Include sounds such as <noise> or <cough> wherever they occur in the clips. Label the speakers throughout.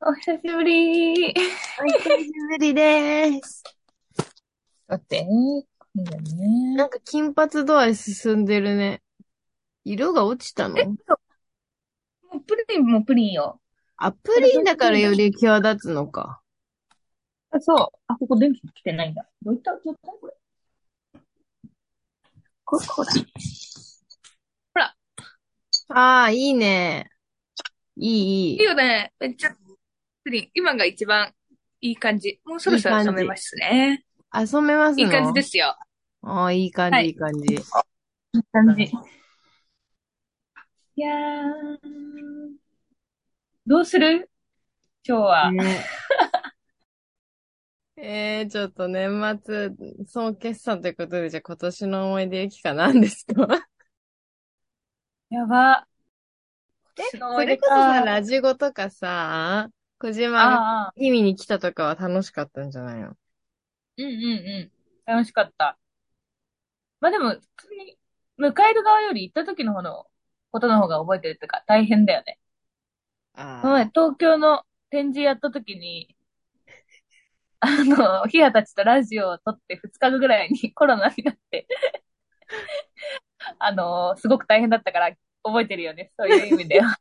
Speaker 1: お久しぶり
Speaker 2: お久しぶりです。
Speaker 1: だってね、今度ね。
Speaker 2: なんか金髪度合い進んでるね。色が落ちたの
Speaker 1: もうプリンもプリンよ。
Speaker 2: あ、プリンだからより際立つのか。
Speaker 1: あ、そう。あ、ここ電気来てないんだ。どういった状態これ。ここだ。
Speaker 2: ああ、いいね。いい、い
Speaker 1: いい
Speaker 2: い。
Speaker 1: よね。めっちゃ、プリン。今が一番いい感じ。もうそろそろ
Speaker 2: いい
Speaker 1: 冷
Speaker 2: 感じ
Speaker 1: めますね。
Speaker 2: あ、染めます。
Speaker 1: いい感じですすよ。
Speaker 2: ああ、いい感
Speaker 1: は
Speaker 2: じ、
Speaker 1: い
Speaker 2: いい感じ。
Speaker 1: いい感
Speaker 2: じ。
Speaker 1: いやー。どうする今日は。
Speaker 2: ね <laughs> えー、ちょっと年末、総決算ということで、じゃあ今年の思い出期か何ですか
Speaker 1: やば。え、
Speaker 2: それこそさ、ラジゴとかさ、小島が
Speaker 1: ああ、
Speaker 2: 意味に来たとかは楽しかったんじゃないの
Speaker 1: うんうんうん。楽しかった。まあでも、普通に、迎える側より行った時の方のことの方が覚えてるっていうか、大変だよね。
Speaker 2: あ
Speaker 1: この前、東京の展示やった時に、あの、ヒアたちとラジオを撮って2日後ぐらいに <laughs> コロナになって、あの、すごく大変だったから覚えてるよね。そういう意味では。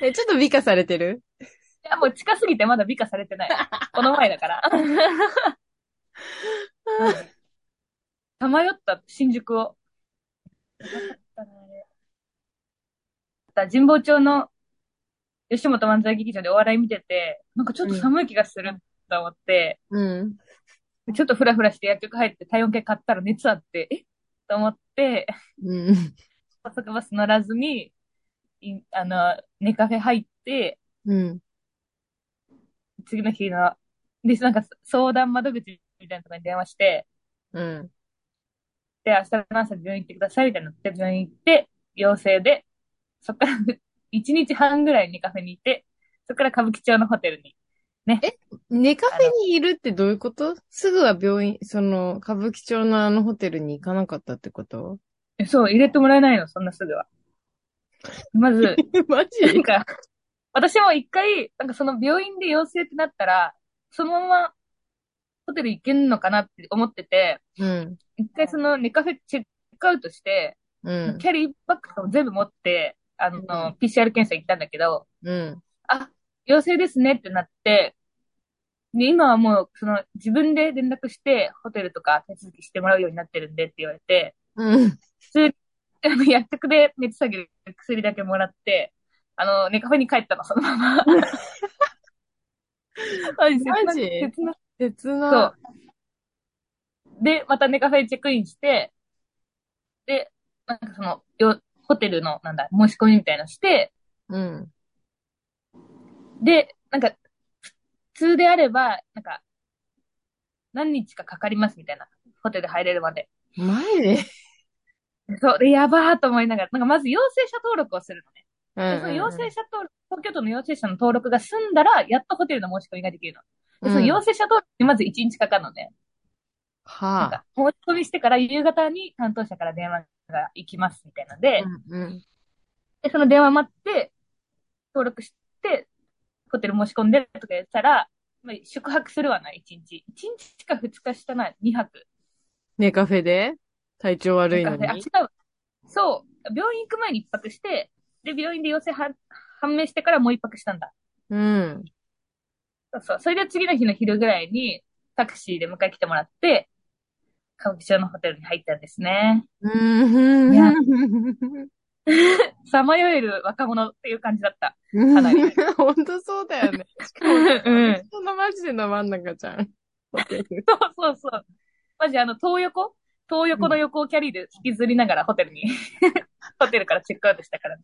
Speaker 2: え、ちょっと美化されてる
Speaker 1: いや、もう近すぎてまだ美化されてない。この前だから。さまよった、新宿を。やばかったなあれあと神保町の吉本漫才劇場でお笑い見てて、なんかちょっと寒い気がすると思って、
Speaker 2: うん。
Speaker 1: ちょっとフラフラして薬局入って体温計買ったら熱あって、えっと思って、
Speaker 2: うん。
Speaker 1: 高速バス乗らずに、いあの、ネカフェ入って、
Speaker 2: うん。
Speaker 1: 次の日の、で、なんか相談窓口みたいなところに電話して、
Speaker 2: うん。
Speaker 1: で、明日の朝病院行ってくださいみたいになって、病院行って、陽性で、そっから <laughs> 1日半ぐらいにカフェにいて、そっから歌舞伎町のホテルに。
Speaker 2: 寝カフェにいるってどういうことすぐは病院、その、歌舞伎町のあのホテルに行かなかったってこと
Speaker 1: えそう、入れてもらえないの、そんなすぐは。まず、
Speaker 2: <laughs> マジ
Speaker 1: なんか、私も一回、なんかその病院で陽性ってなったら、そのままホテル行けんのかなって思ってて、
Speaker 2: うん。
Speaker 1: 一回そのネカフェチェックアウトして、
Speaker 2: うん。
Speaker 1: キャリーバッグとかも全部持って、あの、
Speaker 2: うん
Speaker 1: PCR 検査行ったんだけど、
Speaker 2: うん。
Speaker 1: あ、陽性ですねってなって、で、今はもう、その、自分で連絡して、ホテルとか手続きしてもらうようになってるんでって言われて、
Speaker 2: うん。
Speaker 1: <laughs> あの、薬局で熱下げる薬だけもらって、あの、ネカフェに帰ったの、そのま <laughs>
Speaker 2: <laughs>
Speaker 1: ま。マジ
Speaker 2: マジ
Speaker 1: 切な
Speaker 2: 別
Speaker 1: そ
Speaker 2: な
Speaker 1: う。。で、またネカフェにチェックインして、で、なんかその、よホテルの、なんだ、申し込みみたいなのして、
Speaker 2: うん。
Speaker 1: で、なんか、普通であれば、なんか、何日かかかりますみたいな。ホテル入れるまで。
Speaker 2: マジ
Speaker 1: そう。で、やばーと思いながら、なんかまず陽性者登録をするのね。で
Speaker 2: うん。
Speaker 1: その陽性者登録、東京都の陽性者の登録が済んだら、やっとホテルの申し込みができるの。で、その陽
Speaker 2: うん
Speaker 1: 性者登録にまず1日かかるのね。なん
Speaker 2: はあ。
Speaker 1: か、申し込みしてから夕方に担当者から電話が行きますみたいなので、
Speaker 2: うん。うん。
Speaker 1: で、その電話待って、登録して、ホテル申し込んでとか言ったら、まあ、宿泊するわな、1日。1日か2日したな、2泊。
Speaker 2: 寝カフェで体調悪いの
Speaker 1: あ、違
Speaker 2: に。
Speaker 1: う。そう。病院行く前に1泊して、で、病院で陽性は判明してからもう1泊したんだ。
Speaker 2: うん。
Speaker 1: そうそう。それで次の日の昼ぐらいに、タクシーで迎え来てもらって、歌舞伎町のホテルに入ったんですね。
Speaker 2: うん。 <laughs>
Speaker 1: いやさまよえる若者っていう感じだった。
Speaker 2: うん
Speaker 1: かなり。
Speaker 2: ほんとそうだよ <laughs> ね。
Speaker 1: うん。
Speaker 2: そんなマジでの真ん中じゃ <laughs> ん。
Speaker 1: そうそうそう。マジあの、東横東横の横をキャリーで引きずりながらホテル <laughs> に、ホテルからチェックアウトしたから。い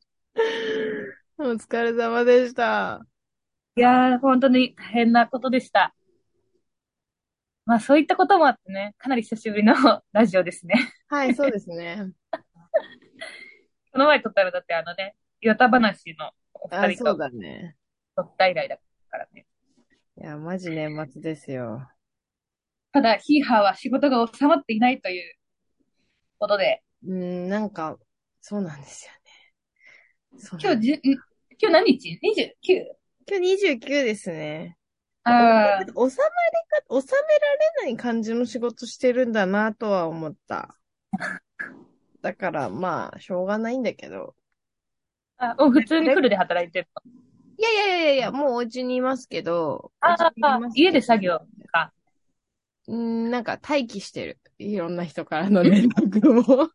Speaker 2: お疲れ様でした。
Speaker 1: やー、本当に大変なことでした。まあそういったこともあってね、かなり久しぶりの <laughs> ラジオですね。
Speaker 2: はい、そうです <laughs> ね。
Speaker 1: この前撮ったらだってあのね、岩田話のお
Speaker 2: あ
Speaker 1: 二、人
Speaker 2: そう
Speaker 1: と
Speaker 2: だね。
Speaker 1: 撮った以来だからね。
Speaker 2: いや、マジ年末ですよ。
Speaker 1: ただ、ヒーハーは仕事が収まっていないということで、
Speaker 2: うん、なんか、そうなんですよね。そう
Speaker 1: 今日じゅ、ん今日何日 ?29?
Speaker 2: 今日29ですね。
Speaker 1: う
Speaker 2: 収め
Speaker 1: ん。
Speaker 2: れか、収められない感じの仕事してるんだなとは思った。だからまあ、しょうがないんだけど。
Speaker 1: あ、うん、普通にフルで働いてるの。
Speaker 2: いやいやいやいや、もうお家にいますけど。
Speaker 1: あー
Speaker 2: お家にいますけど
Speaker 1: 家で作業か。
Speaker 2: うん、なんか待機してる。いろんな人からの連絡を。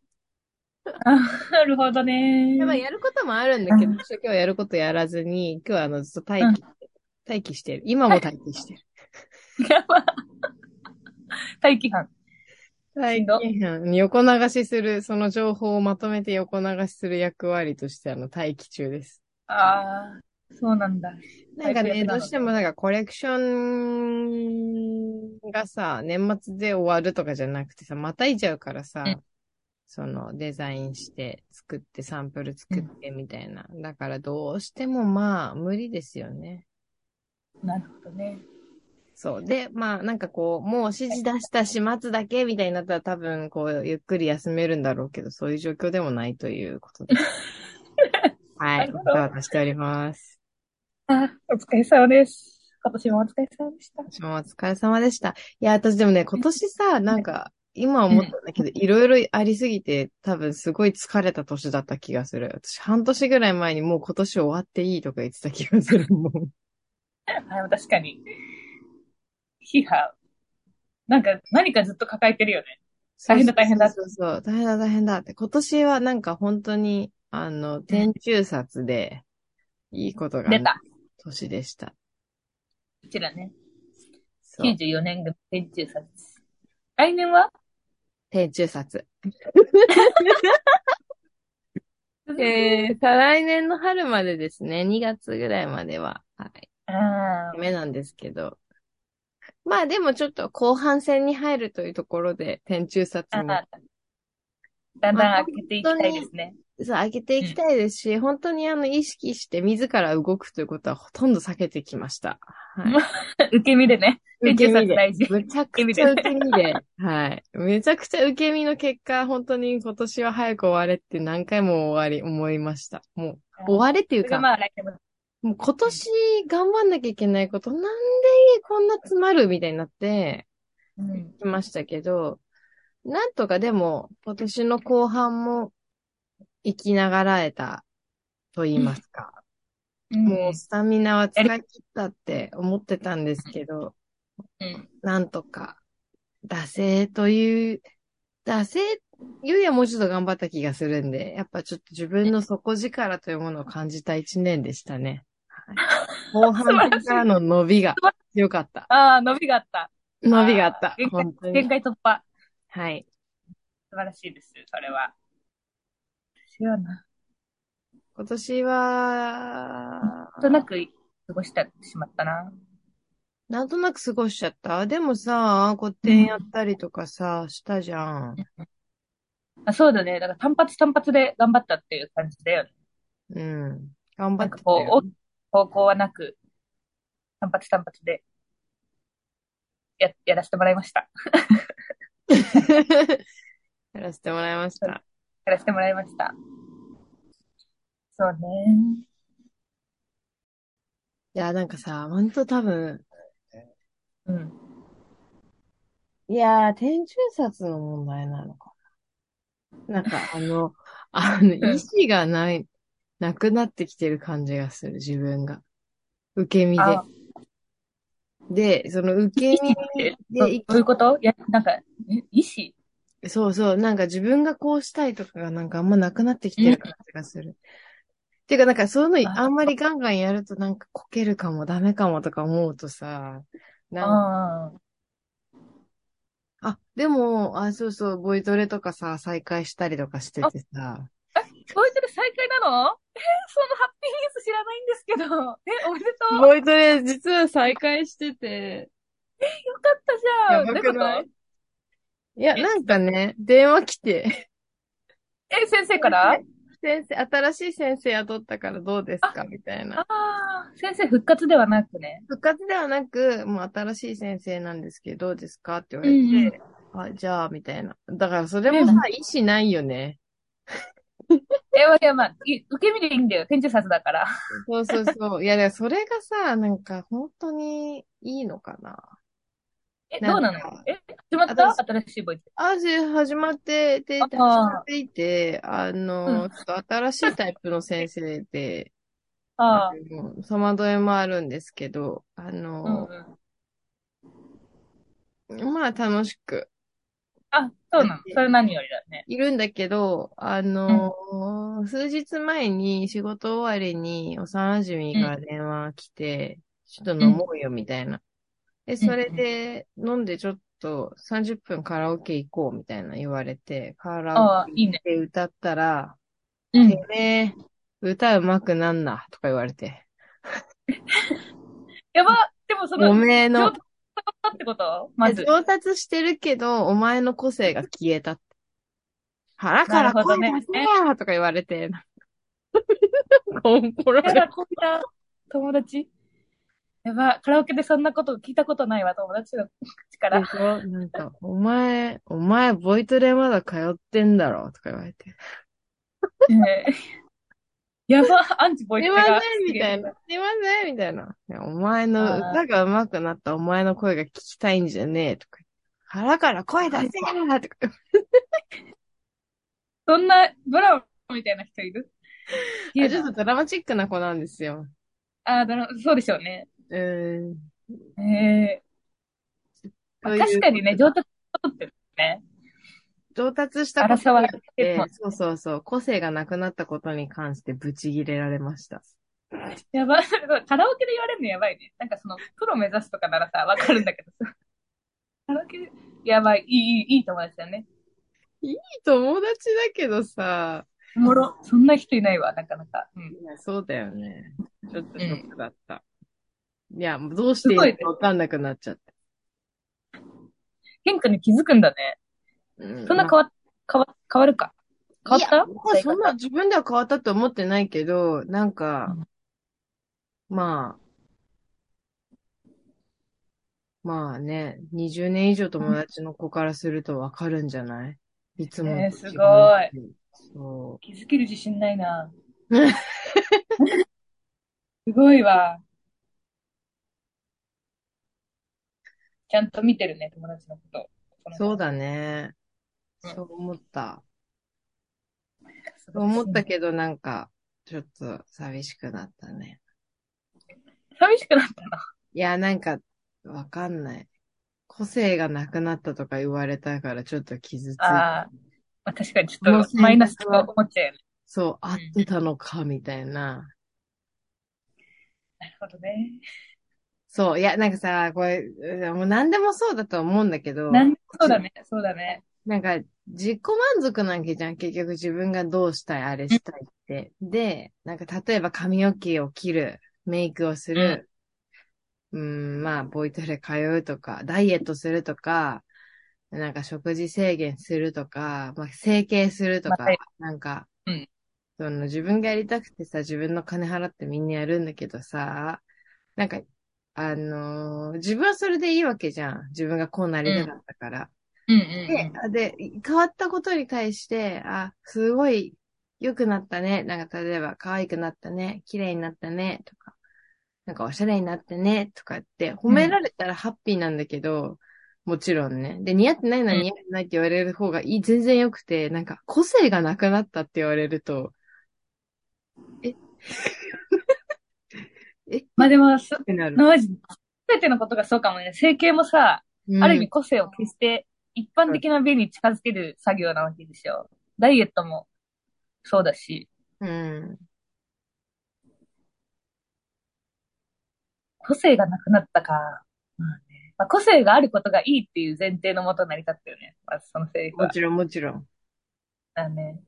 Speaker 1: あなるほどね。
Speaker 2: <laughs> まあ、やることもあるんだけど、
Speaker 1: うん
Speaker 2: 私は今日やることやらずに、今日はあの、ずっと待機、待機してる。今も待機してる。
Speaker 1: やば。待機班。
Speaker 2: は
Speaker 1: し
Speaker 2: い
Speaker 1: んど。
Speaker 2: 横流しする、その情報をまとめて横流しする役割として、あの、待機中です。
Speaker 1: ああ、そうなんだ。
Speaker 2: なん
Speaker 1: タ
Speaker 2: か
Speaker 1: イプ
Speaker 2: ね、
Speaker 1: 役なの
Speaker 2: どうしてもなんかコレクションがさ、年末で終わるとかじゃなくてさ、またいちゃうからさ、
Speaker 1: うん
Speaker 2: そのデザインして、作って、サンプル作ってみたいな。だからどうしてもまあ、無理ですよね。
Speaker 1: なるほどね。
Speaker 2: そう。で、まあ、なんかこう、もう指示出した始末だけみたいになったら多分、こう、ゆっくり休めるんだろうけど、そういう状況でもないというこ
Speaker 1: <laughs>
Speaker 2: とで。は。
Speaker 1: ないる
Speaker 2: お
Speaker 1: ほ
Speaker 2: た
Speaker 1: ど
Speaker 2: わたしております。
Speaker 1: あ、お疲れ様です。今年もお疲れ様でした。
Speaker 2: 私もお疲れ様でした。いや、私でもね、今年さ、なんか、今思ったんだけど、いろいろありすぎて、多分すごい疲れた年だった気がする。私、半年ぐらい前にもう今年終わっていいとか言ってた気がするもん。
Speaker 1: あ、確かに。ヒハ。なんか、何かずっと抱えてるよね。 <laughs> 大変だ大変だ
Speaker 2: そうそうそう、大変だ大変だって。今年はなんか本当に、あの、天中殺で、いいことが
Speaker 1: 出た。
Speaker 2: 年でした。
Speaker 1: こちらね。
Speaker 2: そう。
Speaker 1: 94年組、天中さんです。来年は
Speaker 2: 天中殺。
Speaker 1: え
Speaker 2: <laughs> えー、再来年の春までですね、2月ぐらいまでは、はい、
Speaker 1: あ
Speaker 2: ダメなんですけど。まあでもちょっと後半戦に入るというところで、天中殺
Speaker 1: ー
Speaker 2: も
Speaker 1: あーだんだん開けていきたいですね。
Speaker 2: そう、上げていきたいですし、本当にあの、意識して自ら動くということはほとんど避けてきました。はい。
Speaker 1: 受け身でね。天中さん大事。
Speaker 2: めちゃくちゃ受け身で。はい。めちゃくちゃ受け身の結果、本当に今年は早く終われって何回も終わり、思いました。もう、終われってい
Speaker 1: そうれが
Speaker 2: か、
Speaker 1: まあ来年も。
Speaker 2: もう今年頑張んなきゃいけないこと、なんでこんな詰まるみたいになって、
Speaker 1: うん。
Speaker 2: きましたけど、なんとかでも、今年の後半も生きながらえた、と言いますか。もうスタミナは使い切ったって思ってたんですけど、
Speaker 1: うん
Speaker 2: なんとか、惰性という、惰性よりはもうちょっと頑張った気がするんで、やっぱちょっと自分の底力というものを感じた一年でし
Speaker 1: <laughs>
Speaker 2: たね。はい、後半戦からの伸びが良かった。
Speaker 1: ああ、伸びがあった。
Speaker 2: 伸びがあった
Speaker 1: あー。
Speaker 2: 本当
Speaker 1: 限
Speaker 2: に。
Speaker 1: 界突破。
Speaker 2: はい。
Speaker 1: 素晴らしいです、それは。私はな、
Speaker 2: 今年は、
Speaker 1: なんとなく過ごしてしまったな。
Speaker 2: なんとなく過ごしちゃった。でもさ、個展やったりとかさ、したじゃん。
Speaker 1: あ、そうだね。だから単発単発で頑張ったっていう感じだよね。
Speaker 2: うん。頑
Speaker 1: な
Speaker 2: 張っ
Speaker 1: ん
Speaker 2: て
Speaker 1: か
Speaker 2: た
Speaker 1: こ
Speaker 2: よ
Speaker 1: う、方向はなく、単発単発で、や、やらせてもらいました。
Speaker 2: <laughs> やらせてもらいました。
Speaker 1: やらせてもらいました。そうね。
Speaker 2: いや、なんかさ、ほんと多分、
Speaker 1: うん。
Speaker 2: いやー、天中殺の問題なのかな。なんか、あの、あの、意志がない、なくなってきてる感じがする、自分が。受け身
Speaker 1: あ、
Speaker 2: で。で、その受け身
Speaker 1: えどどう
Speaker 2: で
Speaker 1: いうこといや、なんか、え意思
Speaker 2: そうそう、なんか自分がこうしたいとかがなんかあんまなくなってきてる感じがする。てかなんかそういうの
Speaker 1: あ
Speaker 2: あんまりガンガンやるとなんかこけるかもダメかもとか思うとさ、なんか
Speaker 1: ああ、
Speaker 2: あ、でも、あ、そうそう、ボイトレとかさ、再開したりとかしててさ、
Speaker 1: ボイトレ再開なのえ、そのハッピーニュース知らないんですけど。え、おめでとう。よか
Speaker 2: ボイトレ実は再開してて、
Speaker 1: ったじゃん。
Speaker 2: やば
Speaker 1: どう
Speaker 2: くな
Speaker 1: いう
Speaker 2: い
Speaker 1: こ
Speaker 2: いや、なんかね、電話来て、 <laughs>
Speaker 1: とえ、先生から
Speaker 2: 先生、新しい先生雇ったからどうですかみたいな。
Speaker 1: ああ、先生復活ではなくね。
Speaker 2: 復活ではなく、もう新しい先生なんですけど、どうですかって言われ
Speaker 1: うん
Speaker 2: て、あ、じゃあ、みたいな。だからそれもさ、意思ないよね。
Speaker 1: え、まあ、いや、まあ、い受け身でいいんだよ。天中殺だから。
Speaker 2: そうそうそう。いや、だからそれがさ、なんか本当にいいのかな。
Speaker 1: え、
Speaker 2: なん
Speaker 1: ど
Speaker 2: か
Speaker 1: うなのえ、決まった新しいボイス。
Speaker 2: アジ始まってて、
Speaker 1: あ
Speaker 2: 始
Speaker 1: ー
Speaker 2: まっていて、あの、
Speaker 1: うん
Speaker 2: ちょっと新しいタイプの先生で、
Speaker 1: ああ、
Speaker 2: のサマドエもあるんですけど、あ
Speaker 1: うんう
Speaker 2: の、
Speaker 1: ん。
Speaker 2: まあ楽しく
Speaker 1: あ、そうなの。それ何よりだね。
Speaker 2: いるんだけど、あの、数日前に仕事終わりに幼馴染から電話来て、ちょっと飲もうよみたいな。で、それで飲んでちょっと30分カラオケ行こうみたいな言われて、カ
Speaker 1: あ
Speaker 2: ラ
Speaker 1: あ
Speaker 2: オ、
Speaker 1: いいね。
Speaker 2: ケで歌ったら、
Speaker 1: う
Speaker 2: て
Speaker 1: ん。
Speaker 2: めえ、歌うまくなんな、とか言われて。
Speaker 1: やば、でもそ
Speaker 2: お
Speaker 1: の、
Speaker 2: めえ
Speaker 1: 上、
Speaker 2: の
Speaker 1: 達ってことまず。
Speaker 2: 上達してるけど、お前の個性が消えたって。腹から
Speaker 1: なるほ
Speaker 2: 声
Speaker 1: ど
Speaker 2: 出
Speaker 1: ね
Speaker 2: せやとか言われ
Speaker 1: <laughs>
Speaker 2: て。怒ら
Speaker 1: や
Speaker 2: れ
Speaker 1: ば、こんな友達やば、カラオケでそんなこと聞いたことないわ、友達の口から
Speaker 2: たで。しょなんか、お前、お前、ボイトレまだ通ってんだろとか言われて。
Speaker 1: ねえ <laughs> やば、アンチボイ
Speaker 2: すい
Speaker 1: ス
Speaker 2: ま
Speaker 1: が。
Speaker 2: せんみたいな。。すいませんみたいな。いやお前の歌が上手くなったお前の声が聞きたいんじゃねえとか言って。腹から声出せやとか。
Speaker 1: そんなドラマみたいな人いるい
Speaker 2: あ
Speaker 1: や、
Speaker 2: ちょっとドラマチックな子なんですよ。
Speaker 1: あードラマそうでしょうね。
Speaker 2: うん。
Speaker 1: ええまあ確かにね、上達ってね、
Speaker 2: 上達した
Speaker 1: 荒
Speaker 2: こと
Speaker 1: 沢
Speaker 2: に
Speaker 1: は
Speaker 2: よって、そうそうそう、個性がなくなったことに関してブチギレられました。
Speaker 1: やばい。 <laughs> カラオケで言われるのやばいね。なんかその、プロ目指すとかならさ、わかるんだけどさ。カラオケで、やばい、いい、いいいい友達だね。
Speaker 2: 友達だけどさ、
Speaker 1: おもろ。そんな人いないわ、なかなか。うん。
Speaker 2: いやそうだよね。ちょっとショックだった。いや、もうどうしていい
Speaker 1: すごいね
Speaker 2: かわかんなくなっちゃって。
Speaker 1: 変化に気づくんだね。
Speaker 2: うん
Speaker 1: そんな変わ、変わ、変わるか。変わった
Speaker 2: まあ、そんな、自分では変わったと思ってないけど、なんか、まあ、まあね、20年以上友達の子からするとわかるんじゃないいつもと違うし。
Speaker 1: えーすごい
Speaker 2: そう。
Speaker 1: 気づける自信ない <laughs> な。すごいわ。ちゃんと見てるね、友達のこと。
Speaker 2: そうだね。
Speaker 1: うん
Speaker 2: そう思った。
Speaker 1: そ
Speaker 2: そう思ったけど、なんか、ちょっと寂しくなったね。
Speaker 1: ど。寂しくなったな。
Speaker 2: いや、なんか、わかんない。個性がなくなったとか言われたから、ちょっと傷ついた。
Speaker 1: ああ。まあ確かにちょっとマイナスとか思っちゃうよね。
Speaker 2: そう、合ってたのか、みたいな。
Speaker 1: なるほどね。
Speaker 2: そう、いや、なんかさ、これ、うんもう何でもそうだと思うんだけど、
Speaker 1: なんそうだね、そうだね。
Speaker 2: なんか、自己満足なわけじゃん。結局自分がどうしたい、あれしたいって。で、なんか、例えば髪の毛を切る、メイクをする、うーん、まあ、ボイトレ通うとか、ダイエットするとか、なんか食事制限するとか、まあ、整形するとか
Speaker 1: まあ、
Speaker 2: なんか
Speaker 1: うん、
Speaker 2: その自分がやりたくてさ、自分の金払ってみんなやるんだけどさ、なんか、あのー自分はそれでいいわけじゃん。自分がこうなりたかったから。
Speaker 1: うんう
Speaker 2: で
Speaker 1: ん、
Speaker 2: あで、変わったことに対して、あ、すごい良くなったね。なんか、例えば、可愛くなったね。綺麗になったね。とか、なんか、おしゃれになったね。とかって、褒められたらハッピーなんだけど、もちろんね。で、似合ってないな、
Speaker 1: うん
Speaker 2: 似合ってないって言われる方がいい、全然良くて、なんか、個性がなくなったって言われると、ええっ
Speaker 1: まあでも、す
Speaker 2: てなる。
Speaker 1: マジ、すべてのことがそうかもね。整形もさ、ある意味個性を消して、一般的な美に近づける作業なわけでしょ。ダイエットもそうだし、
Speaker 2: うん。うん。
Speaker 1: 個性がなくなったか。まあねまあ、個性があることがいいっていう前提のもと成り立ってるね。まずそのセリフ
Speaker 2: も
Speaker 1: は。
Speaker 2: ちろん、もちろん。
Speaker 1: だね。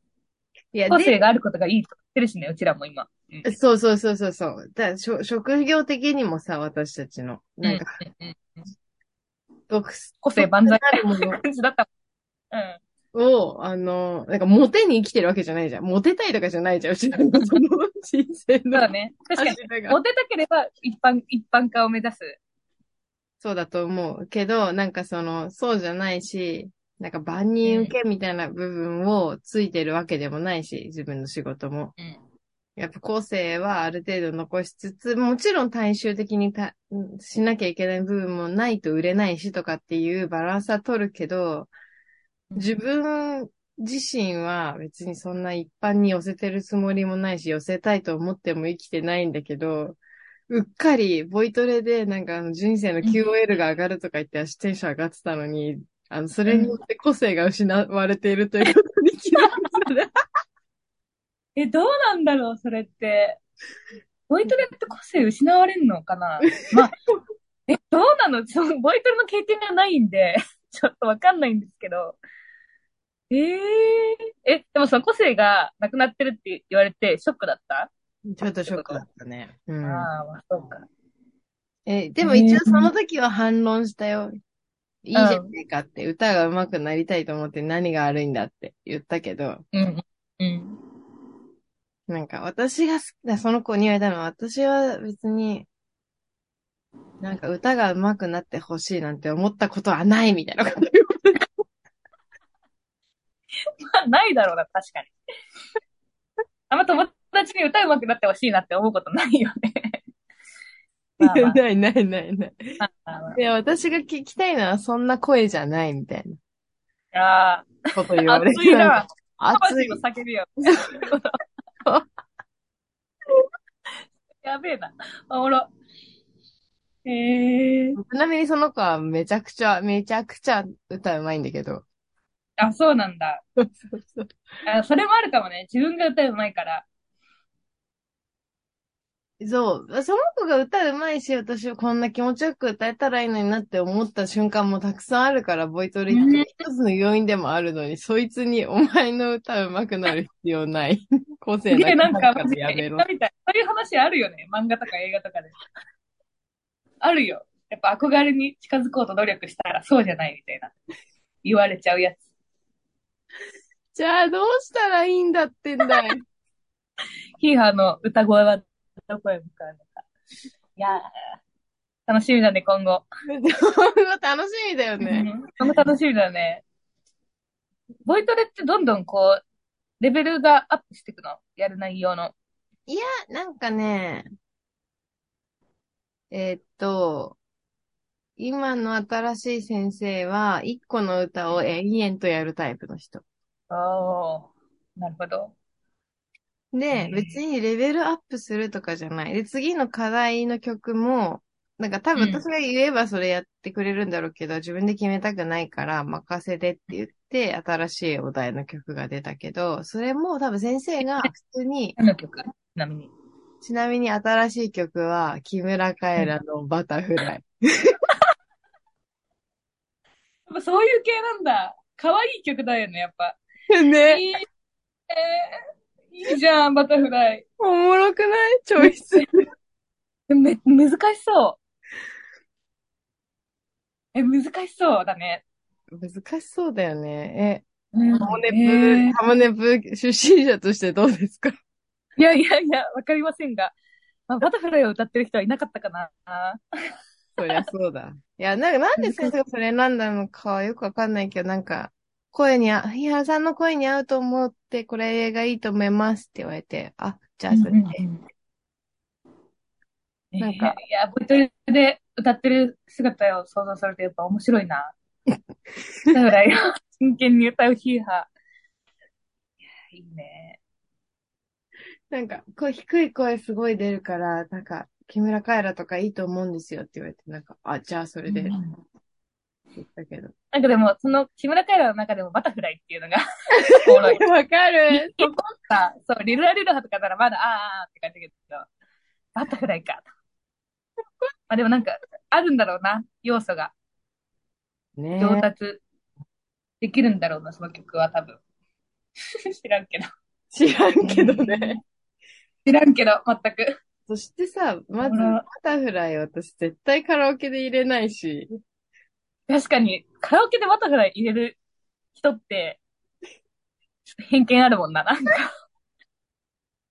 Speaker 2: いや、
Speaker 1: 個
Speaker 2: で
Speaker 1: 性があることがいいと言ってるしね、うちらも今。うん
Speaker 2: そうそうそうそうそう。だからしょ職業的にもさ、私たちの、なんか、
Speaker 1: うんうん
Speaker 2: 独
Speaker 1: 個性万歳
Speaker 2: なるも
Speaker 1: 感じだったもん。うん。
Speaker 2: のを、あの、なんか、モテに生きてるわけじゃないじゃん。モテたいとかじ
Speaker 1: <laughs>
Speaker 2: ゃないじゃん。うちらのその人生
Speaker 1: そうだ
Speaker 2: の
Speaker 1: ね。確かに。
Speaker 2: 柱が。
Speaker 1: モテたければ一般、一般化を目指す。
Speaker 2: そうだと思うけど、なんかその、そうじゃないし、なんか万人受けみたいな部分をついてるわけでもないし、自分の仕事も。
Speaker 1: うん
Speaker 2: やっぱ後世はある程度残しつつ、もちろん大衆的にたしなきゃいけない部分もないと売れないしとかっていうバランスは取るけど、自分自身は別にそんな一般に寄せてるつもりもないし、寄せたいと思っても生きてないんだけど、うっかりボイトレでなんかあの人生の QOL が上がるとか言って足テンション上がってたのに、あの、それによって個性が失われているということに気づいたね。
Speaker 1: え、どうなんだろう、それって。ボイトレって個性失われるのか <laughs> なまあ、え、どうなのそのボイトレの経験がないんで、 <laughs> ちょっとわかんないんですけど。えー、え、でもその個性がなくなってるって言われてショックだった、
Speaker 2: <laughs> ちょっとショックだったね。う
Speaker 1: あ
Speaker 2: ん。
Speaker 1: あー、まあ、そうか。
Speaker 2: え、でも一応その時は反論したよ。いいじゃ
Speaker 1: う
Speaker 2: ないかって、歌が上手くなりたいと思って何が悪いんだって言ったけど、
Speaker 1: うん、うん、
Speaker 2: なんか私が好きな、その子に言われたのは私は別に、なんか歌が上手くなってほしいなんて思ったことはないみたいなこと言う
Speaker 1: まあ、ないだろうな、確かに。あんま友達に歌うまくなってほしいなって思うことないよ <laughs> ね。まあまあ
Speaker 2: <laughs> ない <laughs> ないないない。
Speaker 1: まあま
Speaker 2: いや、私が聞きたいのはそんな声じゃないみたい
Speaker 1: ああ
Speaker 2: なこと言
Speaker 1: ー、
Speaker 2: われて。
Speaker 1: 熱いな。
Speaker 2: 熱い
Speaker 1: 魂の。叫びよ。やべえな。おもろ。ええ
Speaker 2: ちなみにその子はめちゃくちゃ、めちゃくちゃ歌うまいんだけど。
Speaker 1: あ、そうなんだ。
Speaker 2: そうそう
Speaker 1: あ、それもあるかもね。自分が歌うまいから。
Speaker 2: そう。そう。その子が歌うまいし、私はこんな気持ちよく歌えたらいいのになって思った瞬間もたくさんあるから、ボイトレって一つの要因でもあるのに、そいつにお前の歌うまくなる必要ない。
Speaker 1: <laughs>
Speaker 2: 個性
Speaker 1: で、なんか、
Speaker 2: な
Speaker 1: マジで
Speaker 2: やめ
Speaker 1: 言っ
Speaker 2: ろ
Speaker 1: た。みたい。そういう話あるよね。漫画とか映画とかで。あるよ。やっぱ憧れに近づこうと努力したらそうじゃないみたいな。言われちゃうやつ。
Speaker 2: じゃあどうしたらいいんだって
Speaker 1: <laughs>
Speaker 2: んだい。
Speaker 1: ヒーハーの歌声はどこへ向かうのか。いやー、楽しみだね、今後。
Speaker 2: 楽しみだよね。
Speaker 1: うんその楽しみだね。ボイトレってどんどんこう、レベルがアップしていくのやる内容の。
Speaker 2: なんかね、えーっと、今の新しい先生は、一個の歌を延々とやるタイプの人。
Speaker 1: ああ、なるほど。
Speaker 2: で
Speaker 1: う、ん
Speaker 2: 別にレベルアップするとかじゃない。で、次の課題の曲も、なんか多分
Speaker 1: うん
Speaker 2: 私が言えばそれやってくれるんだろうけど、自分で決めたくないから任せてって言って、新しいお題の曲が出たけど、それも多分先生 <laughs> が普通に、
Speaker 1: 何の曲ちなみに。
Speaker 2: ちなみに新しい曲は、木村カエラのバタフライ。
Speaker 1: やっぱそういう系なんだ。可愛い曲だよね、やっぱ。
Speaker 2: <laughs> ね、
Speaker 1: いい、えーいいじゃん、バタフライ。
Speaker 2: おもろくないチョイス。
Speaker 1: め、難しそう。え、難しそうだね。
Speaker 2: <laughs> 難しそうだよね。
Speaker 1: う
Speaker 2: え、
Speaker 1: ん
Speaker 2: ハモネプ、
Speaker 1: えー
Speaker 2: ハモネプ出身者としてどうですか
Speaker 1: いやいやいや、わかりませんが。まあバタフライを歌ってる人はいなかったかな。
Speaker 2: そりゃそうだ。いや、なんか、なんで先生がそれ選んだのかはよくわかんないけど、なんか、声にあ、ヒハさんの声に合うと思って、これがいいと思いますって言われて、あ、じゃあそれで。
Speaker 1: な
Speaker 2: な
Speaker 1: ん
Speaker 2: か
Speaker 1: いや、ボイトレで歌ってる姿を想像されてやっぱ面白い <laughs> な。だからよ、真剣に歌うヒーハー。いや、いいね。
Speaker 2: なんか、こう低い声すごい出るから、なんか、木村カエラとかいいと思うんですよって言われて、なんか、あ、じゃあそれでって言ったけど。
Speaker 1: なんかでも、その、木村カエラの中でもバタフライっていうのが、おもろ <laughs> い。
Speaker 2: わかる
Speaker 1: 結婚か、そう、リルラリルハとかならまだ、あーあーって感じだけど、バタフライ <laughs> か。まあでもなんか、あるんだろうな、要素が。
Speaker 2: ね
Speaker 1: 上達できるんだろうな、その曲は多分。 <laughs> 知らんけど。
Speaker 2: 知らんけどね。
Speaker 1: 知らんけど、全く。
Speaker 2: そしてさ、まず、
Speaker 1: ほら
Speaker 2: バタフライ私絶対カラオケで入れないし、
Speaker 1: 確かに、カラオケでバタフライ入れる人って、ちょっと偏見あるもんな、なんか。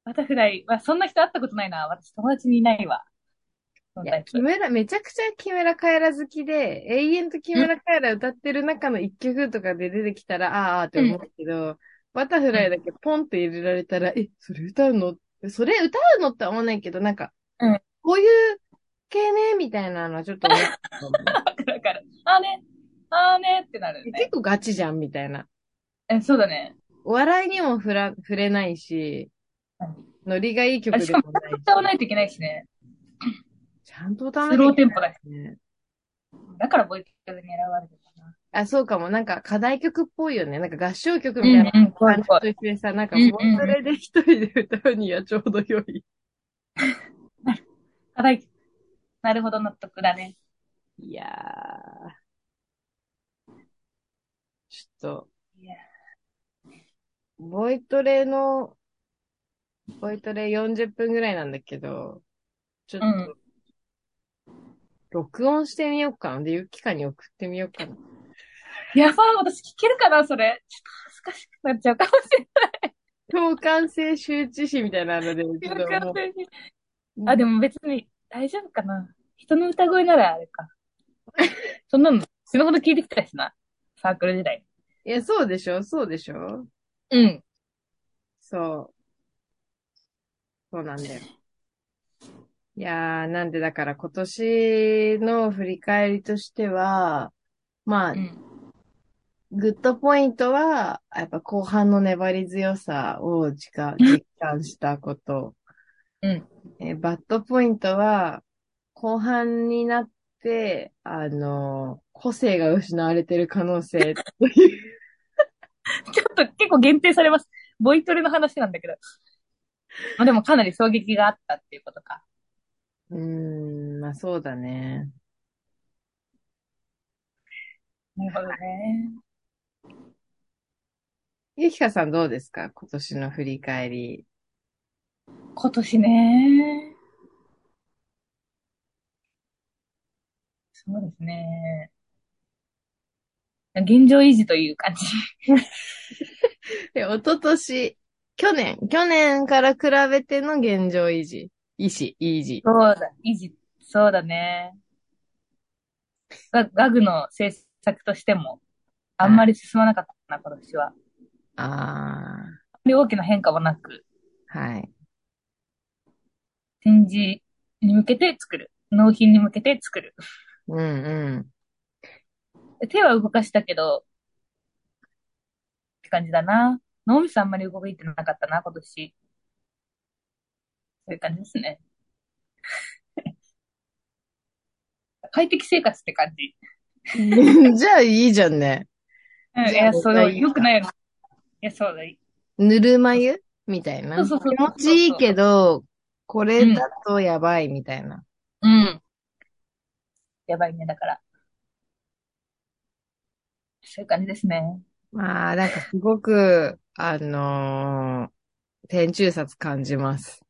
Speaker 1: バタフライ、まあ、そんな人会ったことないな。私友達にいないわ。そ
Speaker 2: い
Speaker 1: のタ
Speaker 2: や、
Speaker 1: イ
Speaker 2: キ
Speaker 1: プ。
Speaker 2: メラ、めちゃくちゃキメラカエラ好きで、永遠とキメラカエラ歌ってる中の一曲とかで出てきたら、あーあーって思うけど、バタフライだけポンって入れられたら、え、それ歌うのそれ歌うのって思わないけど、なんか
Speaker 1: うん、
Speaker 2: こういう系ね、みたいなのはちょっと思う
Speaker 1: だから、あーね、あーねってなる <laughs> よね。
Speaker 2: 結構ガチじゃん、みたいな。
Speaker 1: え、そうだね。
Speaker 2: お笑いにも触ら、触れないし
Speaker 1: うん、
Speaker 2: ノリがいい曲
Speaker 1: あ
Speaker 2: で
Speaker 1: し
Speaker 2: も
Speaker 1: かも
Speaker 2: ないし、
Speaker 1: 歌わないといけないしね。
Speaker 2: ちゃんと歌わな
Speaker 1: ス
Speaker 2: きゃ
Speaker 1: ロ
Speaker 2: い
Speaker 1: ー
Speaker 2: け
Speaker 1: テ
Speaker 2: な
Speaker 1: ンポだし。
Speaker 2: いね。
Speaker 1: だからボイキャズに選ばれてたな。
Speaker 2: あ、そうかも。なんか課題曲っぽいよね。なんか合唱曲みたいな。
Speaker 1: うんうん、怖い
Speaker 2: 感じ
Speaker 1: 怖い。
Speaker 2: と一緒でさ、なんか
Speaker 1: うんうん
Speaker 2: ボンドレで一人で歌うにはちょうど良い。
Speaker 1: 課題曲なるほど、納得だね。
Speaker 2: いやー。ちょっ
Speaker 1: いや
Speaker 2: と、ボイトレの、ボイトレ40分ぐらいなんだけど、ちょっと、
Speaker 1: うん
Speaker 2: 録音してみようかな。で、ゆっきかに送ってみようかな。
Speaker 1: やばい、私聞けるかな、それ。ちょっと恥ずかしくなっちゃうかもしれ
Speaker 2: 共感性周知詞みたいなので、ちょっ
Speaker 1: ない
Speaker 2: とも。う
Speaker 1: あ、でも別に大丈夫かな。人の歌声ならあれか。 <laughs> そんなの死ぬほど聞いてきたしな。サークル時代。
Speaker 2: いや、そうでしょそうでしょ
Speaker 1: うん。
Speaker 2: そう。そうなんだよ。いやー、なんでだから今年の振り返りとしては、まあ、
Speaker 1: うん。
Speaker 2: グッドポイントは、やっぱ後半の粘り強さを実感実感したこと。
Speaker 1: うん。
Speaker 2: えーバッドポイントは、後半になって、あのー個性が失われてる可能性と
Speaker 1: <laughs>
Speaker 2: いう。
Speaker 1: ちょっと結構限定されます。ボイトレの話なんだけど。まあでもかなり衝撃があったっていうことか。
Speaker 2: うーん、まあそうだね。
Speaker 1: なるほどね。
Speaker 2: ゆきかさんどうですか今年の振り返り。
Speaker 1: 今年ね。そうですね。現状維持という感じ。
Speaker 2: で、一昨年、去年、去年から比べての現状維持。維持、維持。
Speaker 1: そうだ、維持、そうだね。ガガグの制作としても、あんまり進まなかったな、今年は。
Speaker 2: あ
Speaker 1: で、大きな変化もなく、
Speaker 2: あ、はい。
Speaker 1: 展示に向けて作る。納品に向けて作る。
Speaker 2: うんう
Speaker 1: で手は動かしたけど、って感じだな。脳みそあんまり動いてなかったな、今年。そういう感じですね。 <laughs> 快適生活って感じ。
Speaker 2: <laughs> ん。じゃあいいじゃんね。
Speaker 1: うん、い
Speaker 2: じゃあ
Speaker 1: や、そう、
Speaker 2: いいか
Speaker 1: よくないよ。いや、そうだ、い
Speaker 2: ぬるま湯みたいな。
Speaker 1: そうそうそう
Speaker 2: 気持ちいいけど、これだとやばいみたいな。
Speaker 1: うん。やばいね、だから。そういう感じですね。
Speaker 2: まあ、なんかすごく、あのー、天中殺感じます。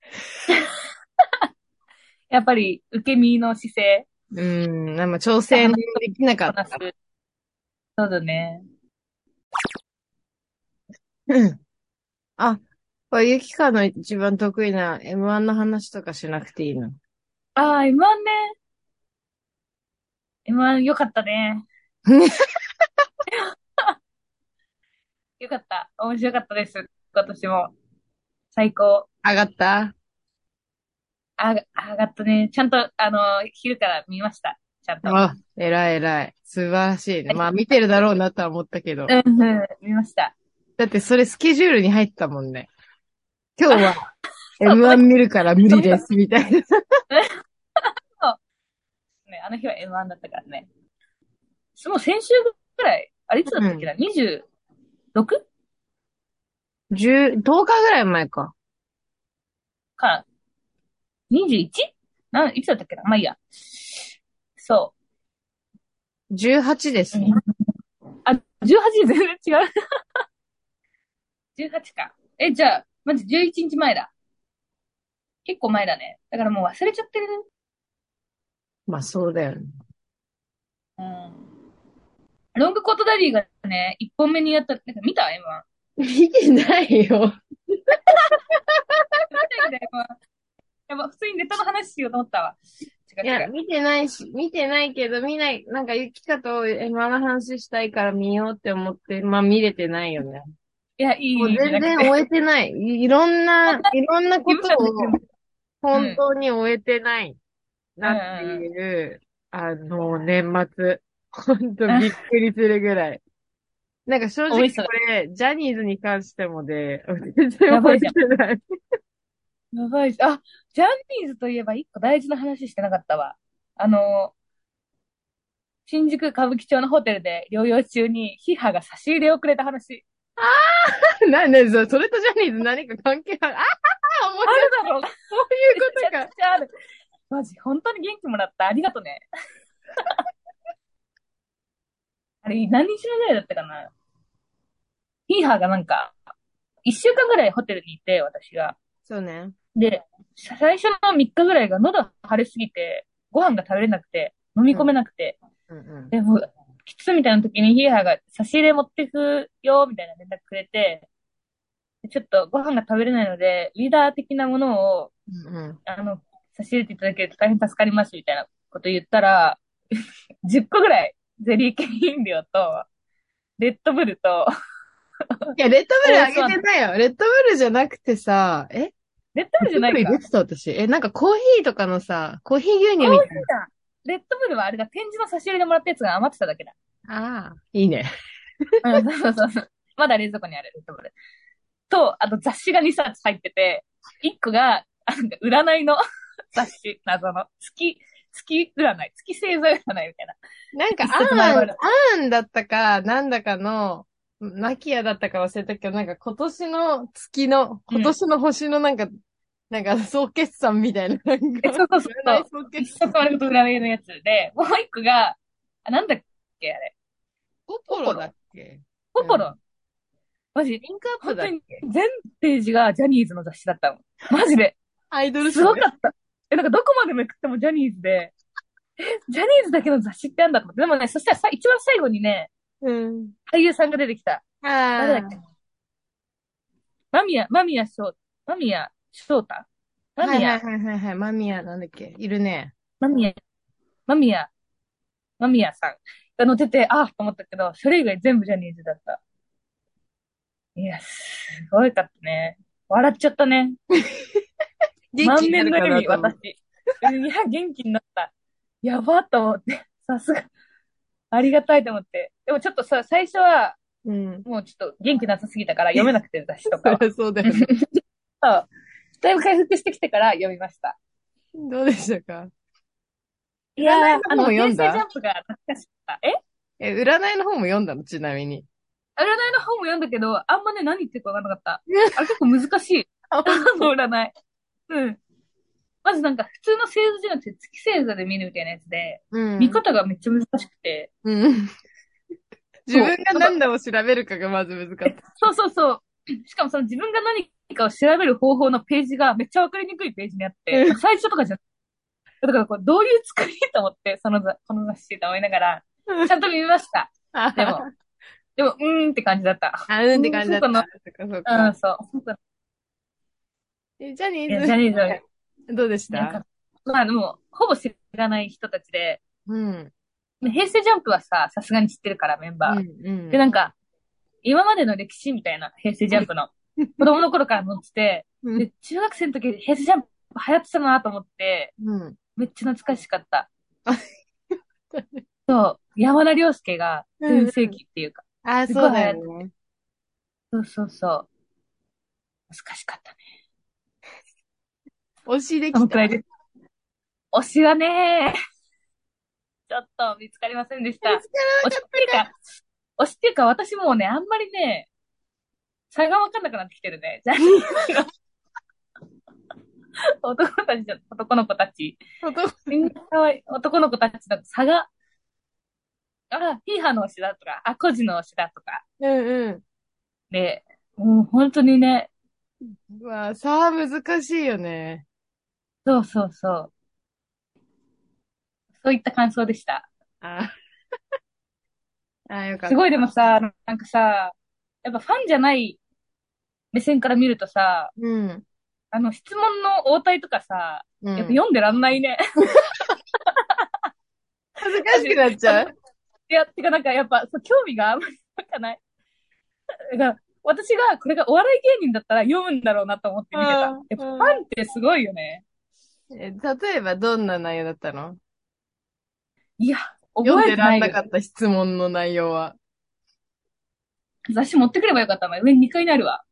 Speaker 1: やっぱり、受け身の姿勢、
Speaker 2: うん、なんか挑戦できなか
Speaker 1: こ
Speaker 2: っ
Speaker 1: な
Speaker 2: た
Speaker 1: す。。そうだね。
Speaker 2: うん <laughs> あ、これ、ゆきかの一番得意な M1 の話とかしなくていいの。
Speaker 1: ああ、M1 ね。M1 よかったね。よかった。面白かったです。今年も。最高。
Speaker 2: 上がった
Speaker 1: あ、あ上がったね。ちゃんと、あの、昼から見ました。ちゃんと。
Speaker 2: あ、偉い偉い。素晴らしいね。まあ見てるだろうなとは思ったけど。
Speaker 1: うん、うん、見ました。
Speaker 2: だってそれスケジュールに入ってたもんね。今日は M1 見るから無理です、みたいな。
Speaker 1: ね、あの日は M1 だったからね。その先週ぐらい、あれいつだったっけな、?26?
Speaker 2: 10、10日ぐらい前か。
Speaker 1: か、21? なん、いつだったっけなまあいいや。そ
Speaker 2: 18ですね。
Speaker 1: う。あ、18全然違う。18か。え、じゃあ、まず11日前だ。結構前だね。だからもう忘れちゃってる。
Speaker 2: まあそうだよね。
Speaker 1: うん。ロングコートダディがね、1本目にやった、なんか見た ?M1。 <laughs>
Speaker 2: 見てないよ。
Speaker 1: 見たいんだよ、M1。やば、普通にネタの話しようと思ったわ。違が
Speaker 2: い
Speaker 1: 違
Speaker 2: や、
Speaker 1: う。
Speaker 2: 見てないし、見てないけど、見ない、なんか、ゆきかと M1 の話したいから見ようって思って、まあ見れてないよね。
Speaker 1: いや、いい意
Speaker 2: もう
Speaker 1: 味じゃ
Speaker 2: 全
Speaker 1: なく
Speaker 2: 然
Speaker 1: て。
Speaker 2: 終えてない。いいろん
Speaker 1: <laughs>
Speaker 2: な、いろんなことを本当に終えてないなっていう、あの、年末。本当びっくりするぐらい。なんか正
Speaker 1: 大
Speaker 2: 直
Speaker 1: 忙し
Speaker 2: これ、ジャニーズに関してもで、全然
Speaker 1: やばい
Speaker 2: 覚
Speaker 1: じ
Speaker 2: え
Speaker 1: ゃ
Speaker 2: てない。 <laughs>
Speaker 1: やばいし、あ、ジャニーズといえば一個大事な話してなかったわ。あの、新宿歌舞伎町のホテルで療養中に、ヒハが差し入れをくれた話。
Speaker 2: なんで、それそれとジャニーズ何か関係あるあはは
Speaker 1: あ
Speaker 2: 面白い。
Speaker 1: るだろうが、
Speaker 2: そういうこ
Speaker 1: め
Speaker 2: と
Speaker 1: ちゃ
Speaker 2: か
Speaker 1: く。ちゃある。マジ、本当に元気もらった。ありがとね。 <laughs> あれ、何日目ぐらいだったかな。ヒハがなんか、一週間ぐらいホテルにいて、私が。
Speaker 2: そうね。
Speaker 1: で、最初の3日ぐらいが喉腫れすぎて、ご飯が食べれなくて、飲み込めなくて、
Speaker 2: うんうん。
Speaker 1: でも、キツみたいな時にヒーハーが差し入れ持ってくよ、みたいな連絡くれて、でちょっとご飯が食べれないので、ウィダー的なものを、
Speaker 2: うんうん。
Speaker 1: あの、差し入れていただけると大変助かります、みたいなこと言ったら、10個ぐらいゼリー系飲料と、レッドブルと、
Speaker 2: いや、レッドブルあげてないよ。レッドブルじゃなくてさ、え
Speaker 1: レッドブルじゃない
Speaker 2: レッド
Speaker 1: か
Speaker 2: ブル入。れてた私。え、なんかコーヒーとかのさ、コーヒー牛乳みたい
Speaker 1: レッドブルはあれが展示の差し入れでもらったやつが余ってただけだ。
Speaker 2: な。ああ、いいね。
Speaker 1: うんそうそうそう。まだ冷蔵庫にあるレッドブル。と、あと雑誌が2冊入ってて、1個が、あなんか占いの雑誌、謎の。月、月占い、月星座占いみたいな。
Speaker 2: なんか、
Speaker 1: 一
Speaker 2: ア
Speaker 1: 足前ま
Speaker 2: ーン、
Speaker 1: で
Speaker 2: アーンだったか、なんだかの、マキアだったか忘れたけど、なんか今年の月の、今年の星のなんか、なんか総決算みたいな、なん
Speaker 1: え、
Speaker 2: か、
Speaker 1: そうそうそう。
Speaker 2: 占い総決
Speaker 1: 一冊丸ごと占いのやつで、もう1個が、あ、なんだっけ、あれ。
Speaker 2: コポロだっけ
Speaker 1: ポポロ。
Speaker 2: う
Speaker 1: マジ、
Speaker 2: リンクアップ
Speaker 1: 本
Speaker 2: だ
Speaker 1: 当
Speaker 2: っ
Speaker 1: に
Speaker 2: け
Speaker 1: 全ページがジャニーズの雑誌だったの。マジで。
Speaker 2: アイドル誌
Speaker 1: すごかった。え、なんかどこまでめくってもジャニーズで、え、ジャニーズだけの雑誌ってあんだと思って。でもね、そしたらさ、一番最後にね、
Speaker 2: うん。
Speaker 1: 俳優さんが出てきた。
Speaker 2: あ
Speaker 1: 誰だっけ間宮、間宮翔、間宮翔太
Speaker 2: あ。は
Speaker 1: 間
Speaker 2: いはい
Speaker 1: 宮、
Speaker 2: はいはいはい。マミアなんだっけいるね。
Speaker 1: 間宮、間宮、間宮さんが乗ってて、ああと思ったけど、それ以外全部ジャニーズだった。いや、すごいかったね。笑っちゃったね。
Speaker 2: 元
Speaker 1: 満
Speaker 2: 気にな
Speaker 1: 面
Speaker 2: る
Speaker 1: の
Speaker 2: か
Speaker 1: 笑
Speaker 2: な
Speaker 1: み、
Speaker 2: と思う
Speaker 1: 私。うんいや、元気になった。やばと思って。さすが。ありがたいと思って。でもちょっとさ、最初は、
Speaker 2: うん。
Speaker 1: もうちょっと元気なさすぎたから読めなくて、雑誌と
Speaker 2: そ
Speaker 1: か
Speaker 2: り
Speaker 1: は。
Speaker 2: ゃ <laughs> そうだよ
Speaker 1: <laughs>
Speaker 2: ね。
Speaker 1: そう。だいぶ回復してきてから読みました。
Speaker 2: どうでしたか
Speaker 1: い
Speaker 2: やー
Speaker 1: あの、
Speaker 2: もう読
Speaker 1: 平
Speaker 2: ん
Speaker 1: 成ジャ
Speaker 2: だ
Speaker 1: ンプが懐かしかった。え
Speaker 2: え、占いの方も読んだのちなみに。
Speaker 1: 占いの本も読んだけど、あんまね、何言ってるかわかんなかった。あれ結構難しい。 <laughs>
Speaker 2: あ
Speaker 1: あの占い。うん。まずなんか、普通の星座じゃなくて、月星座で見るみたいなやつで、
Speaker 2: うん
Speaker 1: 見方がめっちゃ難しくて、 <laughs>
Speaker 2: うん。自分が何だを調べるかがまず難かった。
Speaker 1: そうそうそう。 <clears throat> しかもその自分が何かを調べる方法のページがめっちゃわかりにくいページにあって
Speaker 2: う、
Speaker 1: 最初とかじゃ、だからこれどういう作りと思って、その雑、この雑誌と思いながら、ちゃんと見ました。<laughs>
Speaker 2: あ
Speaker 1: でも、でも、うーんって感じだった。
Speaker 2: あうんって感じだった。
Speaker 1: うんそ
Speaker 2: そっかそっ
Speaker 1: うん、
Speaker 2: か。
Speaker 1: そう。そうだ
Speaker 2: えジャニ
Speaker 1: い
Speaker 2: ー
Speaker 1: や
Speaker 2: ズ。
Speaker 1: ジャニーズは
Speaker 2: <laughs> どうでし
Speaker 1: なん
Speaker 2: た
Speaker 1: か、まあでも、ほぼ知らない人たちで、
Speaker 2: うん。
Speaker 1: 平成ジャンプはさ、さすがに知ってるから、メンバー。
Speaker 2: うん
Speaker 1: で、なんか、今までの歴史みたいな、平成ジャンプ
Speaker 2: <laughs>
Speaker 1: の。子供の頃から載ってて、
Speaker 2: うん
Speaker 1: で、中学生の時、平成ジャンプ流行ってたなと思って、
Speaker 2: うん。
Speaker 1: めっちゃ懐かしか
Speaker 2: <laughs>
Speaker 1: った
Speaker 2: あ。
Speaker 1: そう、山田涼介が
Speaker 2: うん
Speaker 1: 全盛期っていうか、
Speaker 2: あ、
Speaker 1: す
Speaker 2: そ
Speaker 1: ご
Speaker 2: う
Speaker 1: い
Speaker 2: だよね。
Speaker 1: そうそうそう。難しかったね。
Speaker 2: 推しで
Speaker 1: そ
Speaker 2: き
Speaker 1: のく
Speaker 2: た。
Speaker 1: らいです。推しはね、ちょっと見つかりませんでした。
Speaker 2: 見つ
Speaker 1: 推しっていうか、推しっていうか私もうね、あんまりね、差がわかんなくなってきてるね。ジャ <laughs> ニーズが男たちじゃ、男の子たち。
Speaker 2: 男
Speaker 1: みんな可愛い。男の子たちの差が、あ、ヒーハーの推しだとか、あ、コジの推しだとか、
Speaker 2: うんう
Speaker 1: で、もう本当にね、
Speaker 2: ん。うわさあ難しいよね。
Speaker 1: そうそうそう。そういった感想でした。
Speaker 2: あ <laughs> あ、よかっ
Speaker 1: す
Speaker 2: た。
Speaker 1: ごいでもさ、なんかさ、やっぱファンじゃない目線から見るとさ、
Speaker 2: うん。
Speaker 1: あの質問の応対とかさ、
Speaker 2: う
Speaker 1: やっぱ
Speaker 2: ん。
Speaker 1: 読んでらんないね。
Speaker 2: しくなっちゃう
Speaker 1: <laughs> いや、てかなんかやっぱ、そう興味があんまり湧かない。だから、私がこれがお笑い芸人だったら読むんだろうなと思って見てた。
Speaker 2: う
Speaker 1: や
Speaker 2: ん
Speaker 1: っぱファンってすごいよね。
Speaker 2: え例えばどんな内容だったの
Speaker 1: いや、
Speaker 2: 読
Speaker 1: 覚
Speaker 2: ん
Speaker 1: え
Speaker 2: で
Speaker 1: て
Speaker 2: ら
Speaker 1: なんい
Speaker 2: な
Speaker 1: よ
Speaker 2: かった質問の内容は。
Speaker 1: 雑誌持ってくればよかったな。上2階にあるわ。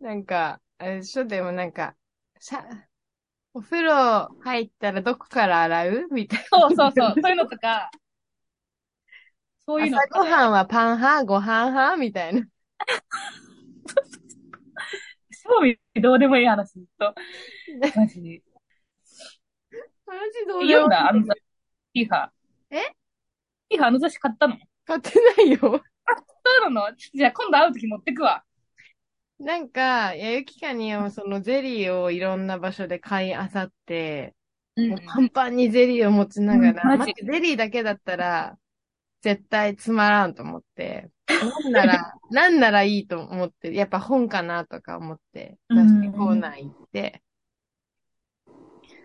Speaker 2: なんか、あれでしょでもなんか、さ、お風呂入ったらどこから洗うみたい
Speaker 1: そうそうそう。そういうのとか、 <laughs> そういう
Speaker 2: な。
Speaker 1: の
Speaker 2: 朝
Speaker 1: とか
Speaker 2: ごはんはパン派ご飯派みたいな。
Speaker 1: 興味どうでもいい話ずっと。マ
Speaker 2: <laughs>
Speaker 1: ジで。
Speaker 2: マジどうで
Speaker 1: 読
Speaker 2: も
Speaker 1: んだあの雑誌。ティーハ
Speaker 2: え
Speaker 1: ティーハあの雑誌買ったの
Speaker 2: 買ってないよ。
Speaker 1: そうなのじゃあ今度会うとき持ってくわ。
Speaker 2: なんか、やゆきかにはそのゼリーをいろんな場所で買いあさって、
Speaker 1: うん
Speaker 2: <laughs> もうパンパンにゼリーを持ちながら、
Speaker 1: うんマ
Speaker 2: ま
Speaker 1: ジ
Speaker 2: ずゼリーだけだったら、絶対つまらんと思って、なん
Speaker 1: <laughs>
Speaker 2: なら、なんならいいと思って、やっぱ本かなとか思って、
Speaker 1: う
Speaker 2: 雑
Speaker 1: ん
Speaker 2: 誌コーナー行って、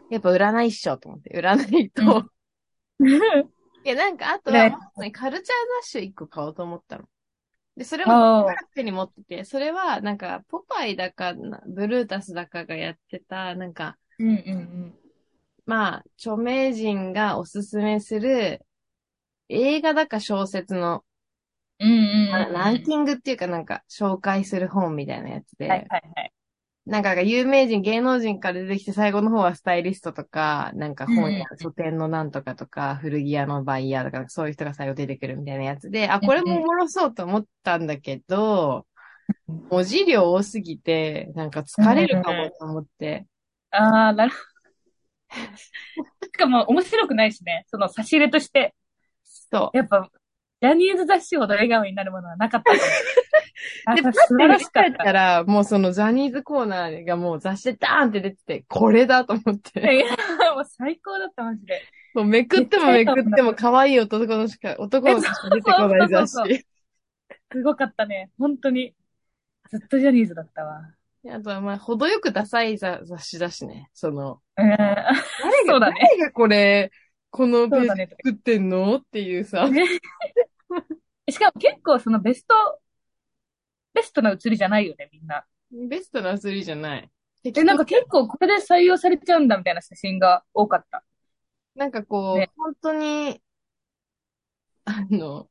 Speaker 2: やっぱ占いっしょと思って、占いと、
Speaker 1: うん
Speaker 2: いや、なんか、あと
Speaker 1: ね
Speaker 2: は、まさにカルチャー雑誌を一個買おうと思ったの。で、それも
Speaker 1: おー
Speaker 2: バッグに持ってて、それは、なんか、ポパイだかな、ブルータスだかがやってた、なんか、
Speaker 1: うんうん
Speaker 2: まあ、著名人がおすすめする、映画だか小説の、
Speaker 1: うん。うんうんうん。
Speaker 2: あラン
Speaker 1: ン
Speaker 2: キングっていうかなんか、紹介する本みたいなやつで、
Speaker 1: はいはいはい。
Speaker 2: なんか、有名人、芸能人から出てきて、最後の方はスタイリストとか、なんか本屋、書店のなんとかとか、古着屋のバイヤーとか、そういう人が最後出てくるみたいなやつで、あ、これもおもろそうと思ったんだけ
Speaker 1: <laughs>
Speaker 2: ど、文字量多すぎて、なんか疲れるかもと思って。
Speaker 1: ああ、なるほど。しかも面白くないしね。その差し入れとして。
Speaker 2: そ
Speaker 1: やっぱ、ジャニーズ雑誌ほど笑顔になるものはなかったと
Speaker 2: <laughs>
Speaker 1: 思
Speaker 2: う。
Speaker 1: う。や
Speaker 2: で、パ
Speaker 1: っぱ素晴
Speaker 2: ッ
Speaker 1: ら
Speaker 2: て
Speaker 1: し
Speaker 2: 見
Speaker 1: かったた。
Speaker 2: ら、もうそのジャニーズコーナーがもう雑誌でダーンって出てて、これだと思って。
Speaker 1: いや、もう最高だった、マジで。
Speaker 2: もうめくってもめくっても可愛い男の子しか、男の子しか出てこない雑
Speaker 1: そうそうそうそう
Speaker 2: 誌。
Speaker 1: すごかったね。本当に。ずっとジャニーズだったわ。
Speaker 2: あとは、まあ、程よくダサい雑雑誌だしね。その、 <laughs>
Speaker 1: うん。そうだね。
Speaker 2: 誰がこれ、このペ
Speaker 1: そう
Speaker 2: ー
Speaker 1: だ
Speaker 2: ジ
Speaker 1: ね。
Speaker 2: 作ってんのっていうさ。
Speaker 1: しかも結構そのベスト、ベストな写りじゃないよね、みんな。
Speaker 2: ベストな釣りじゃない。
Speaker 1: え、なんか結構これで採用されちゃうんだみたいな写真が多かった。
Speaker 2: なんかこう、
Speaker 1: ね
Speaker 2: 本当に、あの、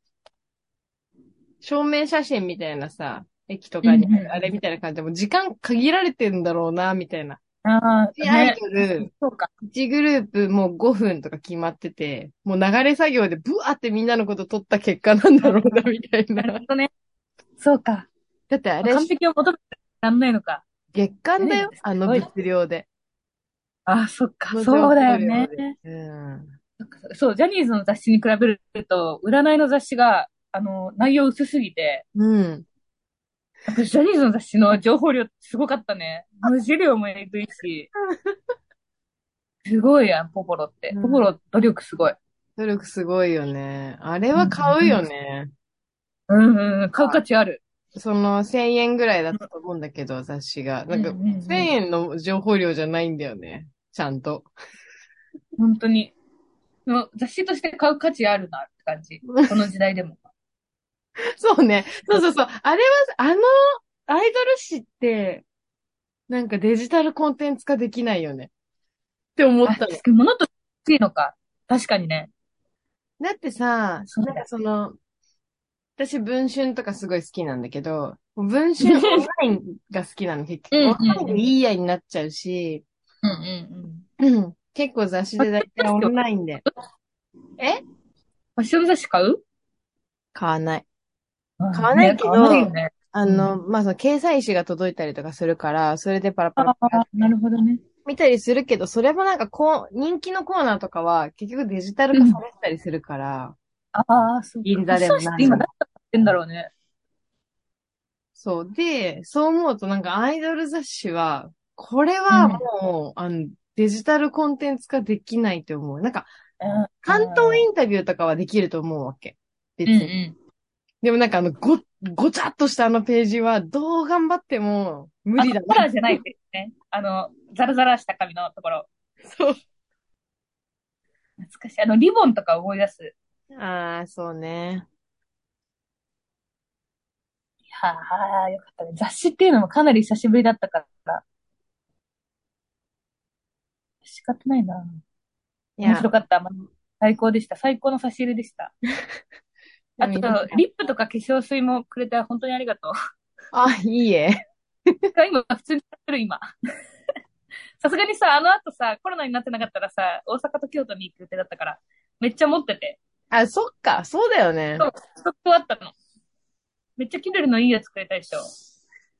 Speaker 2: 証明写真みたいなさ、駅とかにあ
Speaker 1: うんうん
Speaker 2: る、あれみたいな感じで、もう時間限られてんだろうな、みたいな。
Speaker 1: ああ、
Speaker 2: で、アイドル、
Speaker 1: そう
Speaker 2: <laughs>
Speaker 1: か。
Speaker 2: 1グループもう5分とか決まってて、もう流れ作業でブワーってみんなのこと撮った結果なんだろうな、みたい
Speaker 1: な
Speaker 2: な
Speaker 1: る。ほどね。そうか。
Speaker 2: だってあれ、
Speaker 1: 完璧を求めてらんないのか。
Speaker 2: 月間だよ
Speaker 1: ね、
Speaker 2: あの
Speaker 1: すごい
Speaker 2: 物量で。
Speaker 1: ああ、そっか。
Speaker 2: の
Speaker 1: そうだよ
Speaker 2: 情報量
Speaker 1: ね。
Speaker 2: でうん。
Speaker 1: そう、ジャニーズの雑誌に比べると、占いの雑誌が、あの、内容薄すぎて、
Speaker 2: うん。
Speaker 1: やっぱ <laughs> ジャニーズの雑誌の情報量すごかったね。無事量もえぐいし。すごいやん、ポポロって
Speaker 2: う。ん
Speaker 1: ポポロ努力すごい。
Speaker 2: 努力すごいよね。あれは買うよね。
Speaker 1: うんうん、買う価値ある。
Speaker 2: その1000円ぐらいだったと思うんだけど、雑誌が。なんか、
Speaker 1: うんうんうん
Speaker 2: 1000円の情報量じゃないんだよね。ちゃんと。 <laughs>
Speaker 1: 本当に。その雑誌として買う価値あるなって感じ。この時代 <laughs> でも。
Speaker 2: そうね。そうそうそう。あれは、あの、アイドル誌って、なんかデジタルコンテンツ化できないよね。って思ったの。
Speaker 1: あ物としていいのか。確かにね。
Speaker 2: だってさ、
Speaker 1: そう
Speaker 2: な
Speaker 1: だ
Speaker 2: んかその、私、文春とかすごい好きなんだけど、文春オンラインが好きなの、結局。
Speaker 1: うんうん
Speaker 2: オンラインでいいやになっちゃうし、
Speaker 1: うんうんうん。
Speaker 2: うん結構雑誌でだいたいオンラインで。
Speaker 1: ファッション雑誌買う
Speaker 2: 買わない。
Speaker 1: 買
Speaker 2: わないけど
Speaker 1: 買わないよね。
Speaker 2: あの、まあ、その、掲載誌が届いたりとかするから、それでパラパ
Speaker 1: あ
Speaker 2: ラパラ
Speaker 1: あ、なるほどね。
Speaker 2: 見たりするけど、それもなんかこう、人気のコーナーとかは、結局デジタル化されてたりするから、
Speaker 1: ああ、そうか。
Speaker 2: 銀座で
Speaker 1: フ
Speaker 2: も
Speaker 1: ァッション誌って今何や
Speaker 2: な
Speaker 1: ってんだろうね。
Speaker 2: そう。で、そう思うとなんかアイドル雑誌は、これはもう、あの、デジタルコンテンツ化できないと思う。なんか、
Speaker 1: うん
Speaker 2: 関東インタビューとかはできると思うわけ。別
Speaker 1: うん
Speaker 2: に。
Speaker 1: うん。
Speaker 2: でもなんかあの、ご、ごちゃっとしたあのページは、どう頑張っても、無
Speaker 1: あ
Speaker 2: 理
Speaker 1: の
Speaker 2: だ
Speaker 1: カラ
Speaker 2: な。
Speaker 1: ーじゃない
Speaker 2: <laughs>
Speaker 1: ですね。あの、ザラザラした髪のところ。
Speaker 2: そう。
Speaker 1: 懐かしい。あの、リボンとか思い出す。
Speaker 2: ああ、そうね。
Speaker 1: いやー、よかったね。雑誌っていうのもかなり久しぶりだったから。仕方ないな。
Speaker 2: い
Speaker 1: 面
Speaker 2: や
Speaker 1: 白、かった。まあ最高でした。最高の差し入れで <laughs> した。あと、リップとか化粧水もくれて本当にありがとう。
Speaker 2: あ、いいえ。
Speaker 1: 今、普通にやってる、今。 <laughs> さすがにさ、あの後さ、コロナになってなかったらさ、大阪と京都に行く予定だったから、めっちゃ持ってて。
Speaker 2: あ、そっか、そうだよね
Speaker 1: そ。う、ストックあったの。めっちゃキュレルのいいやつくれたでしょ。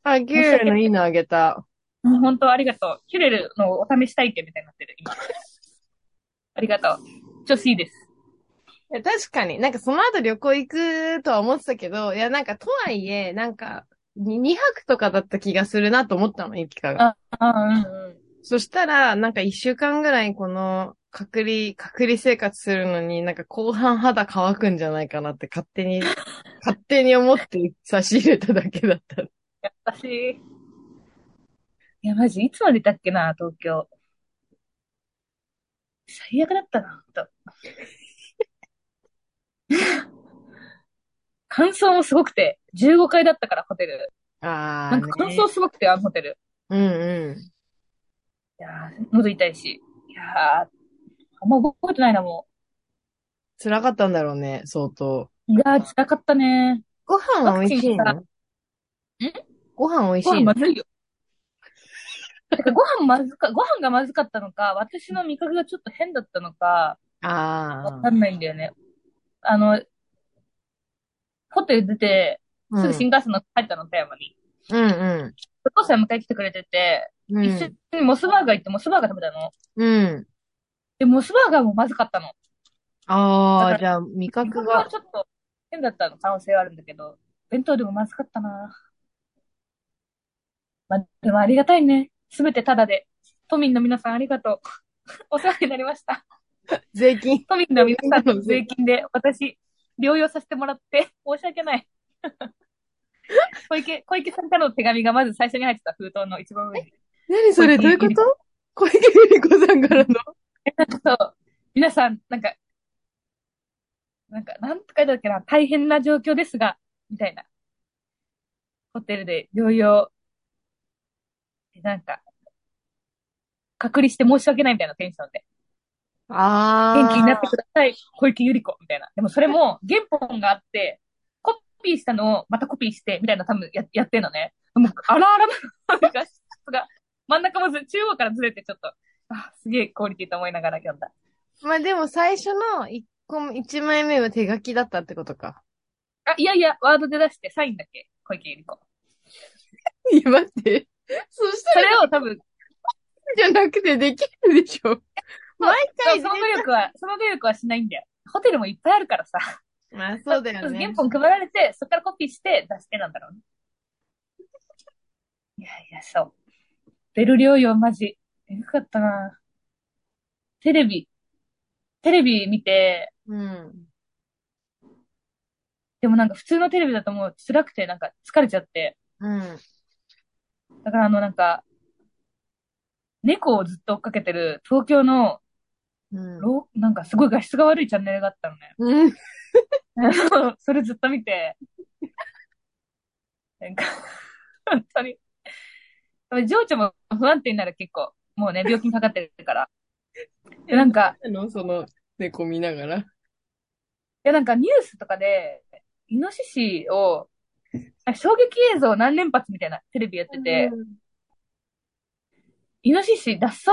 Speaker 2: あ、ギュールのいいのあげた。
Speaker 1: もう本当ありがとう。キュレルのお試し体験みたいになってる、今。ありがとう。調子いいです。
Speaker 2: いや、確かに。なんかその後旅行行くとは思ってたけど、いや、なんかとはいえ、なんか、2泊とかだった気がするなと思ったの、ゆきかが。
Speaker 1: ああ、うんうん。
Speaker 2: そしたら、なんか一週間ぐらいこの隔離、隔離生活するのに、なんか後半肌乾くんじゃないかなって勝手 <laughs> に、勝手に思って差し入れただけだった。
Speaker 1: 私、いや、マジ、いつまでいたっけな、東京。最悪だったな、ほんと。 <laughs> 乾燥もすごくて、15階だったから、ホテル。
Speaker 2: あー、
Speaker 1: なんか乾燥すごくて、あのホテル。
Speaker 2: うんう
Speaker 1: いやー喉痛いし。いやーあんま覚えてないな、も
Speaker 2: ん。辛かったんだろうね、相当。
Speaker 1: う。いやー、辛かったね。
Speaker 2: ご飯は美味しいの
Speaker 1: ワ
Speaker 2: んご飯美味し
Speaker 1: ご飯
Speaker 2: いの
Speaker 1: まずいよ。てかご飯まずか、ご飯がまずかったのか、私の味覚がちょっと変だったのか、わ
Speaker 2: あ
Speaker 1: かんないんだよね。あの、ホテル出て、
Speaker 2: あ。
Speaker 1: すぐ新幹線乗って帰ったの、富山に。
Speaker 2: うんうん
Speaker 1: お父さん迎え来てくれてて、
Speaker 2: うん。
Speaker 1: 一緒にモスバーガー行ってモスバーガー食べたの。
Speaker 2: うん。
Speaker 1: で、モスバーガーもまずかったの。
Speaker 2: あ
Speaker 1: だか
Speaker 2: あ、じゃあ味
Speaker 1: 味
Speaker 2: 覚
Speaker 1: 覚は
Speaker 2: が、
Speaker 1: ちょっと変だったの可能性はあるんだけど、弁当でもまずかったな。まあ、でもありがたいね。すべてタダで。都民の皆さんありがとう。 <laughs> お世話になりました。
Speaker 2: 税金。
Speaker 1: 都民の皆さんの税金で私、療養させてもらって、申し訳ない。小池、小池さんからの手紙がまず最初に入ってた封筒の一番上に。
Speaker 2: 何それどういうこと小池百合子さんからの。
Speaker 1: そう。皆さん、なんか、なんか、なんて書いてあるっけな、大変な状況ですが、みたいな。ホテルで療養、なんか、隔離して申し訳ないみたいなテンションで。
Speaker 2: あ <laughs>
Speaker 1: 元
Speaker 2: あ。
Speaker 1: 気になってください、小池百合子、みたいな。でもそれも原本があって、コピーしたのをまたコピーして、みたいな多分ややってんのね。もう、あらあらな画質が、 <laughs> 真ん中もず、中央からずれてちょっと、あ、すげえクオリティと思いながら読んだ。
Speaker 2: まあでも最初の一個も、一枚目は手書きだったってことか。
Speaker 1: あ、いやいや、ワードで出してサインだけ、小池百合子。
Speaker 2: いや、待って。そした
Speaker 1: それを
Speaker 2: <laughs>
Speaker 1: 多分、
Speaker 2: らじゃなくてできるでしょ。 <laughs> 毎
Speaker 1: そう
Speaker 2: 回
Speaker 1: その努力は、その努力はしないんだよ。ホテルもいっぱいあるからさ。
Speaker 2: まあそうだよね
Speaker 1: 原。本配られて、そこからコピーして出してなんだろうね。いやいや、そう。ベル療養マジ。えぐかったなテレビ。テレビ見て、
Speaker 2: うん。
Speaker 1: でもなんか普通のテレビだともう辛くてなんか疲れちゃって。
Speaker 2: うん。
Speaker 1: だからあのなんか、猫をずっと追っかけてる東京の、
Speaker 2: うん。
Speaker 1: ろなんかすごい画質が悪いチャンネルがあったのね。
Speaker 2: うん。
Speaker 1: それずっと見て、なんか、 <laughs> 本当に。情緒も不安定になる結構。もうね、病気にかかってるから。でなんか、
Speaker 2: あの、その、猫見ながら。
Speaker 1: いやなんかニュースとかで、イノシシを、衝撃映像何連発みたいなテレビやってて、イノシシ脱走、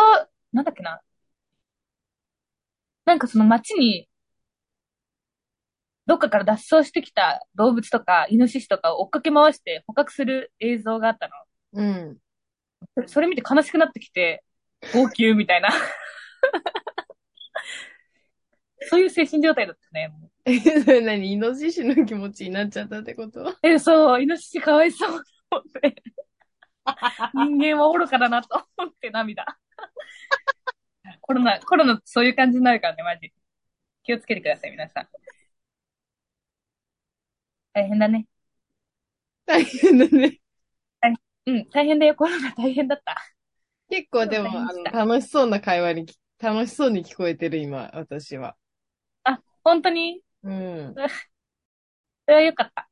Speaker 1: なんだっけな。なんかその街に、どっかから脱走してきた動物とか、イノシシとかを追っかけ回して捕獲する映像があったの。
Speaker 2: うん。
Speaker 1: それそれ見て悲しくなってきて、号泣みたいな。 <laughs> そういう精神状態だったね。もう
Speaker 2: え、それ何イノシシの気持ちになっちゃったってこと
Speaker 1: <laughs> え、そう、イノシシかわい
Speaker 2: <laughs>
Speaker 1: そうと思って。人間は愚かだなと思って涙。コロナ、コロナそういう感じになるからね、マジ。気をつけてください、皆さん。大変だね。
Speaker 2: 大変だ <laughs> ね。
Speaker 1: うん、大変だよ、コロナ大変だった。
Speaker 2: 結構でも、
Speaker 1: わか
Speaker 2: あ
Speaker 1: り
Speaker 2: の、
Speaker 1: ました
Speaker 2: 楽しそうな会話に楽しそうに聞こえてる、今、私は。
Speaker 1: 本当に
Speaker 2: うん。
Speaker 1: それは良かった。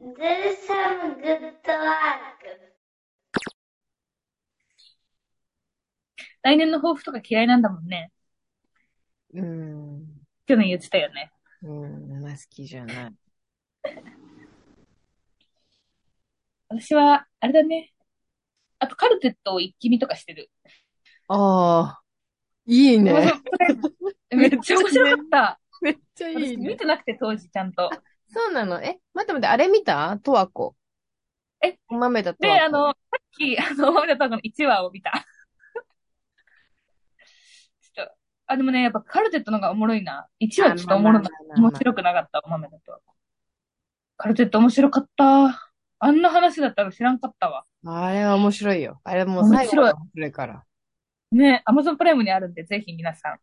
Speaker 3: Do some good work.
Speaker 1: 来年の抱負とか嫌いなんだもんね。
Speaker 2: うん。
Speaker 1: 去年言ってたよね。
Speaker 2: うん、まあ好きじゃない。
Speaker 1: 私は、あれだね。あと、カルテットを一気見とかしてる。
Speaker 2: ああ、いい <laughs> ね。 <laughs>
Speaker 1: めっちゃ面白かった。
Speaker 2: めっちゃい
Speaker 1: 私
Speaker 2: い
Speaker 1: 見
Speaker 2: ね。
Speaker 1: てなくて当時ちゃんと。
Speaker 2: そうなのえ、待って待って、あれ見たとわこ。
Speaker 1: え
Speaker 2: お豆だと
Speaker 1: で、あの、さっき、 <laughs> あの、マミタの1話を見た。 <laughs> ちょっと、あ、でもね、やっぱカルテットの方がおもろいな。1話ちょっとおもろな、面白くなかった、マメだと。カルテット面白かった。あんな話だったの知らんかったわ。
Speaker 2: あれは面白いよ。あれもう最後が面白いから。
Speaker 1: ね、アマゾンプライムにあるんで、ぜひ皆さん、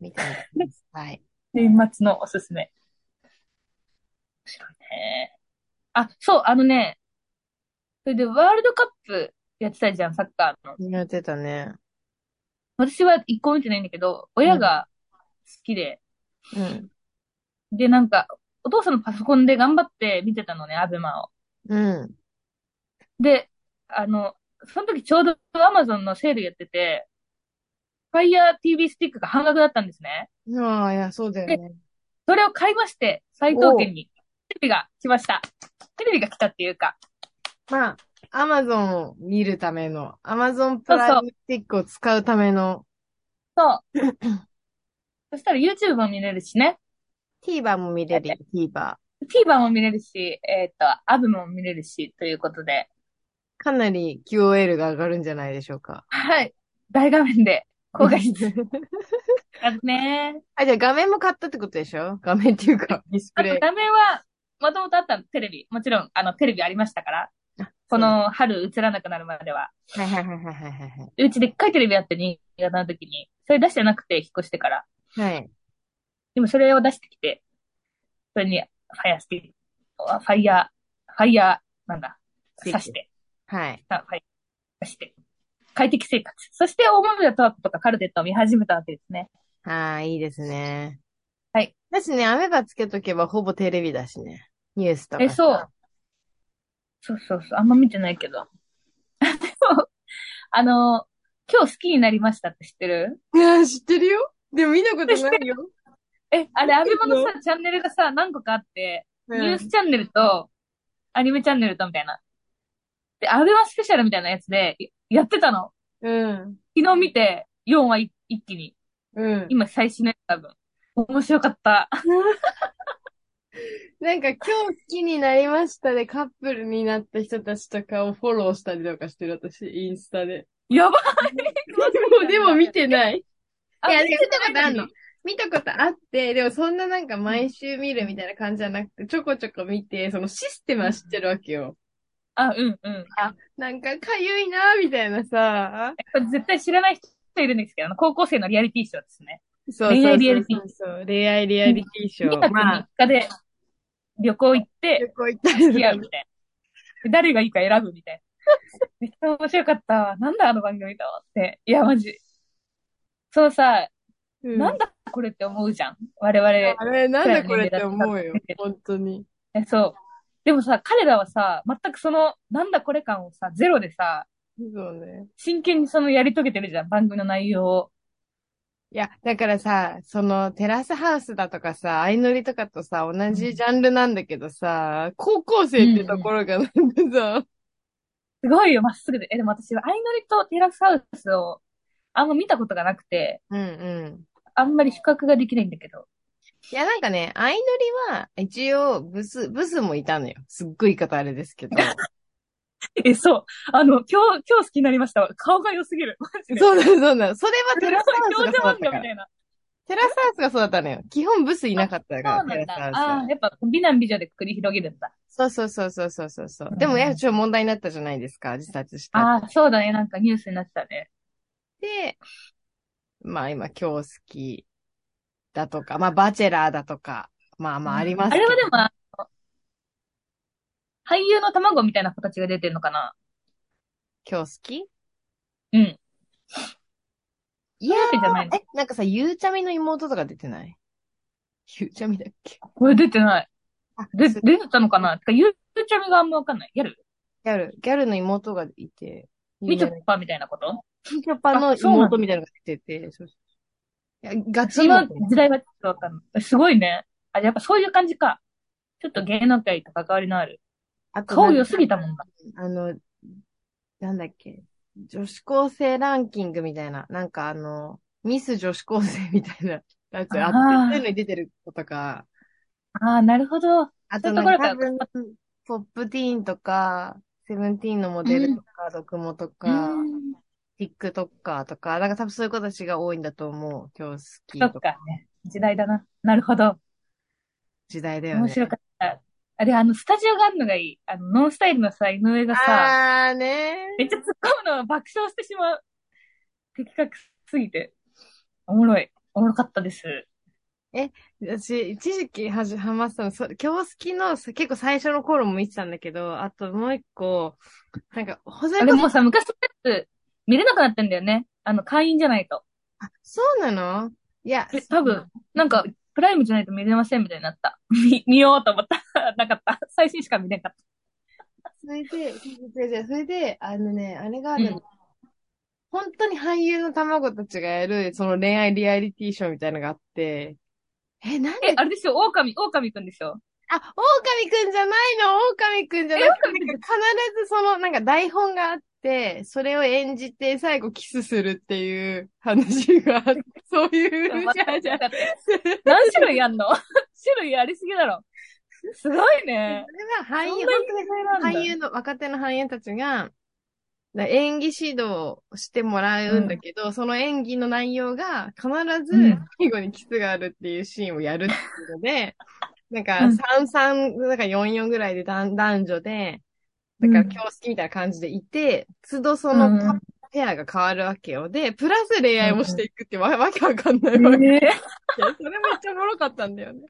Speaker 2: 見てみてくだ <laughs> さい。
Speaker 1: 年末のおすすめ。面白いね。あ、そう、あのね、それでワールドカップやってたじゃん、サッカーの。
Speaker 2: やってたね。
Speaker 1: 私は一個も見てないんだけど、親が好きで、
Speaker 2: うん。
Speaker 1: で、なんか、お父さんのパソコンで頑張って見てたのね、アベマを。
Speaker 2: うん。
Speaker 1: で、あの、その時ちょうど Amazon のセールやってて、Fire TV スティックが半額だったんですね。
Speaker 2: ああ、いや、そうだよね。
Speaker 1: それを買いまして、再当店にテレビが来ました。テレビが来たっていうか、
Speaker 2: まあ、アマゾンを見るための、アマゾンプライムスティックを使うための、
Speaker 1: そう。そしたら YouTube も見れるしね、
Speaker 2: TVer も見れるよ、TVer。
Speaker 1: TVer も見れるし、えっと、アブも見れるし、ということで、
Speaker 2: かなり QOL が上がるんじゃないでしょうか。
Speaker 1: はい。大画面で公開して
Speaker 2: あ、
Speaker 1: たね。
Speaker 2: じゃあ画面も買ったってことでしょ画面っていう <laughs> か、ディスプ
Speaker 1: あ
Speaker 2: レ
Speaker 1: と
Speaker 2: イ。
Speaker 1: 画面は、もともとあったのテレビ。もちろん、あの、テレビありましたから。この春映らなくなるまでは。
Speaker 2: はいはいはいはいはいは
Speaker 1: でうちでっかいテレビあって、新潟の時に。それ出してなくて、引っ越してから。
Speaker 2: い。はい。
Speaker 1: でもそれを出してきて、それに、ファイアスティック、あファイヤー、ファイヤー、なんだ、
Speaker 2: ステ
Speaker 1: 刺
Speaker 2: ィック
Speaker 1: して、
Speaker 2: はい。
Speaker 1: あファイ刺して、快適生活。そして、大豆田トワコとかカルテットを見始めたわけですね。
Speaker 2: ああ、いいですね。
Speaker 1: はい。
Speaker 2: だしね、アメバつけとけばほぼテレビだしね。ニュースとか。
Speaker 1: え、そう。。そうそうそう。あんま見てないけど。 <laughs> でも、あの、今日好きになりましたって知ってる
Speaker 2: いや、知ってるよ。でも見たことない <laughs> よ。
Speaker 1: え、あれ、アベマの
Speaker 2: 知っ
Speaker 1: さ、チャンネルがさ、何個かあって、
Speaker 2: うん
Speaker 1: ニュースチャンネルと、アニメチャンネルとみたいな。で、アベマスペシャルみたいなやつで、ややってたの。
Speaker 2: うん。
Speaker 1: 昨日見て、4話い一気に。
Speaker 2: うん。
Speaker 1: 今、最新のやつ多分。面白かった。 <laughs>
Speaker 2: なんか今日好きになりましたでカップルになった人たちとかをフォローしたりとかしてる私、インスタで。
Speaker 1: やば
Speaker 2: でも、でも見てな
Speaker 1: い
Speaker 2: い。いや、でも見たことあんの。見たことあって、でもそんななんか毎週見るみたいな感じじゃなくて、ちょこちょこ見て、そのシステムは知ってるわけよ。
Speaker 1: あ、うん、うん。
Speaker 2: なんかかゆいなみたいなさ。
Speaker 1: これ絶対知らない人いるんですけど、あの高校生のリアリティショーですね。
Speaker 2: そうそう
Speaker 1: 恋愛リア
Speaker 2: そ
Speaker 1: リ
Speaker 2: う
Speaker 1: ティ
Speaker 2: そう。恋愛リアリティショ
Speaker 1: 2
Speaker 2: ー。
Speaker 1: 泊
Speaker 2: ま
Speaker 1: 3
Speaker 2: あ、
Speaker 1: 日で旅行行って、
Speaker 2: 旅行行ったりと
Speaker 1: 付き合う
Speaker 2: か
Speaker 1: みたいな。で誰がいいか選ぶみたいな。 <laughs> めっちゃ面白かったわ。なんだあの番組と思って。いや、マジ。そうさ、
Speaker 2: うん
Speaker 1: なんだこれって思うじゃん。我々。え
Speaker 2: あれ、なんでこれって思うよ。本当に。
Speaker 1: そう。でもさ、彼らはさ、全くその、なんだこれ感をさ、ゼロでさ、
Speaker 2: そうね。
Speaker 1: 真剣にそのやり遂げてるじゃん、番組の内容を。
Speaker 2: いや、だからさ、その、テラスハウスだとかさ、相乗りとかとさ、同じジャンルなんだけどさ、高校生ってところがなんかさ、
Speaker 1: すごいよ、まっすぐで。え、でも私は、相乗りとテラスハウスを、あんま見たことがなくて、
Speaker 2: うんうん。
Speaker 1: あんまり比較ができないんだけど。
Speaker 2: いや、なんかね、相乗りは、一応、ブス、ブスもいたのよ。すっごい言い方あれですけど。
Speaker 1: え、そう。あの、今日、今日好きになりましたわ。顔が良すぎる。マジで。
Speaker 2: <laughs> そうだ、そうだ。それはテ
Speaker 1: テ
Speaker 2: ラ
Speaker 1: ラ
Speaker 2: スハウスがそ
Speaker 1: 漫
Speaker 2: うだった
Speaker 1: 画
Speaker 2: か
Speaker 1: み
Speaker 2: ら。
Speaker 1: たいな。
Speaker 2: テラスハウスがそうだったのよ。基本ブスいなかったから、
Speaker 1: そうな
Speaker 2: テ
Speaker 1: ん
Speaker 2: ラ
Speaker 1: だ
Speaker 2: スハ。ウス
Speaker 1: あ
Speaker 2: は
Speaker 1: あー、やっぱ美男美女で繰り広げるんだ。
Speaker 2: そうそうそうそうそうそうそう。
Speaker 1: うん
Speaker 2: でも、いや、ちょ、問題になったじゃないですか。自殺したって
Speaker 1: ああ、そうだね。なんかニュースになってたね。
Speaker 2: で、まあ今、今日好きだとか、まあバチェラーだとか、まあまああります
Speaker 1: あ
Speaker 2: け
Speaker 1: れ
Speaker 2: ど。
Speaker 1: はでも、あの俳優の卵みたいな子たちが出てるのかな
Speaker 2: 今日好き
Speaker 1: うん。
Speaker 2: いやー
Speaker 1: けじゃないの
Speaker 2: え、なんかさ、ゆうちゃみの妹とか出てないゆうちゃみだっけ
Speaker 1: これ出てない。
Speaker 2: あ
Speaker 1: で、
Speaker 2: す
Speaker 1: 出てたのかなてか、ゆうちゃみがあんまわかんない。やる
Speaker 2: ギャル、ギャルの妹がいて、
Speaker 1: みちょ
Speaker 2: 有名
Speaker 1: ぱみたいなこと
Speaker 2: なみちょぱの
Speaker 1: あそうなんだ
Speaker 2: 妹みたいなのが出てて、そうそういやガチ
Speaker 1: その
Speaker 2: 妹
Speaker 1: 時代はちょっとわかんない。すごいね。あ、やっぱそういう感じか。ちょっと芸能界と関わりのある。
Speaker 2: あと
Speaker 1: 顔良すぎたもんな。
Speaker 2: あの、なんだっけ、女子高生ランキングみたいな、なんかあの、ミス女子高生みたいな、やつ、
Speaker 1: あー
Speaker 2: あっそういうのに出てる子とか、
Speaker 1: ああ、なるほど。
Speaker 2: あ
Speaker 1: そうい
Speaker 2: と
Speaker 1: う
Speaker 2: な
Speaker 1: と
Speaker 2: ん
Speaker 1: ころ
Speaker 2: か
Speaker 1: から
Speaker 2: 多分、ポップティーンとか、セブンティーンのモデルとか、ドクモとか、
Speaker 1: うん
Speaker 2: ティックトッカーとか、なんか多分そういう子たちが多いんだと思う。今日好き
Speaker 1: そっ
Speaker 2: とか、
Speaker 1: かね。時代だな。なるほど。
Speaker 2: 時代だよね。
Speaker 1: 面白かった。あ、で、あの、スタジオがあるのがいい。あの、ノンスタイルのさ、井上がさ、
Speaker 2: あーね
Speaker 1: めっちゃ突っ込むのを爆笑してしまう。的確すぎて。おもろい。おもろかったです。
Speaker 2: ー。私、一時期はじ、ハマってたの、それ、今日好きの、さ結構最初の頃も見てたんだけど、あともう一個、なんか、ほざ
Speaker 1: あれもうさ、昔のやつ、見れなくなってんだよね。あの、会員じゃないと。
Speaker 2: あ、そうなのいや、
Speaker 1: え多分、なんか、プライムじゃないと見れませんみたい <laughs> になった。見、見ようと思ったら、なかった。最新しか見れなかっ
Speaker 2: それで、それで、それで、あのね、あれがあるの。本当に俳優の卵たちがやる、その恋愛リアリティショーみたいなのがあって、え、なん
Speaker 1: た。
Speaker 2: で
Speaker 1: え、、あれでしょ狼、狼くんでしょ
Speaker 2: あ、狼くんじゃないの狼くんじゃなくて、なんか必ずその、なんか台本があって、それを演じて最後キスするっていう話があって、そういう、じゃあじゃあ、
Speaker 1: だって何種類あんの <laughs> 種類ありすぎだろ。すごい
Speaker 2: それ
Speaker 1: ね
Speaker 2: は。俳優、
Speaker 1: 本
Speaker 2: 俳優の、若手の俳優たちが、だ演技指導をしてもらうんだけど、その演技の内容が必
Speaker 1: う
Speaker 2: ず
Speaker 1: ん
Speaker 2: 最後にキスがあるっていうシーンをやるっていう
Speaker 1: <laughs>
Speaker 2: ので、なんか
Speaker 1: うん
Speaker 2: 33、なんか44ぐらいで男男女で、だから今日好きみたいな感じでいて、都度その
Speaker 1: うん
Speaker 2: ペアが変わるわけよ。で、プラス恋愛もしていくってわ,、わけわかんないわけ。
Speaker 1: ね
Speaker 2: それめっちゃおもろかったんだよね。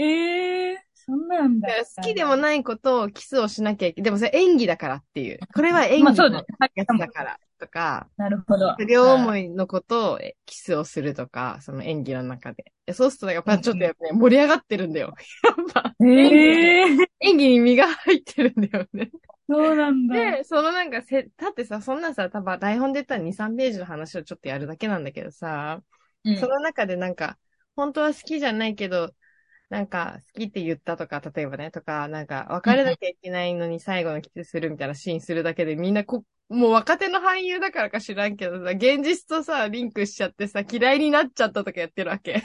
Speaker 1: ええー、そんなんだ
Speaker 2: だから。好きでもないことをキスをしなきゃいけない。でもそれ演技だからっていう。これは演
Speaker 1: まあ
Speaker 2: 技
Speaker 1: そう
Speaker 2: の
Speaker 1: だ
Speaker 2: や
Speaker 1: ね。はい
Speaker 2: つだからとか、
Speaker 1: なるほど。
Speaker 2: 両思いのことをえキスをするとか、その演技の中で。でそうすると、やっぱちょっとやっぱね、盛り上がってるんだよ。 <laughs> やっぱ、
Speaker 1: ええー、
Speaker 2: 演技に身が入ってるんだよね。
Speaker 1: そうなんだ。
Speaker 2: で、そのなんかせ、だってさ、そんなさ、多分台本で言ったら2、3ページの話をちょっとやるだけなんだけどさ、
Speaker 1: うん
Speaker 2: その中でなんか、本当は好きじゃないけど、なんか、好きって言ったとか、例えばね、とか、なんか、別れなきゃいけないのに最後のキスするみたいなシーンするだけで、みんなこ、もう若手の俳優だからか知らんけどさ、現実とさ、リンクしちゃってさ、嫌いになっちゃったとかやってるわけ。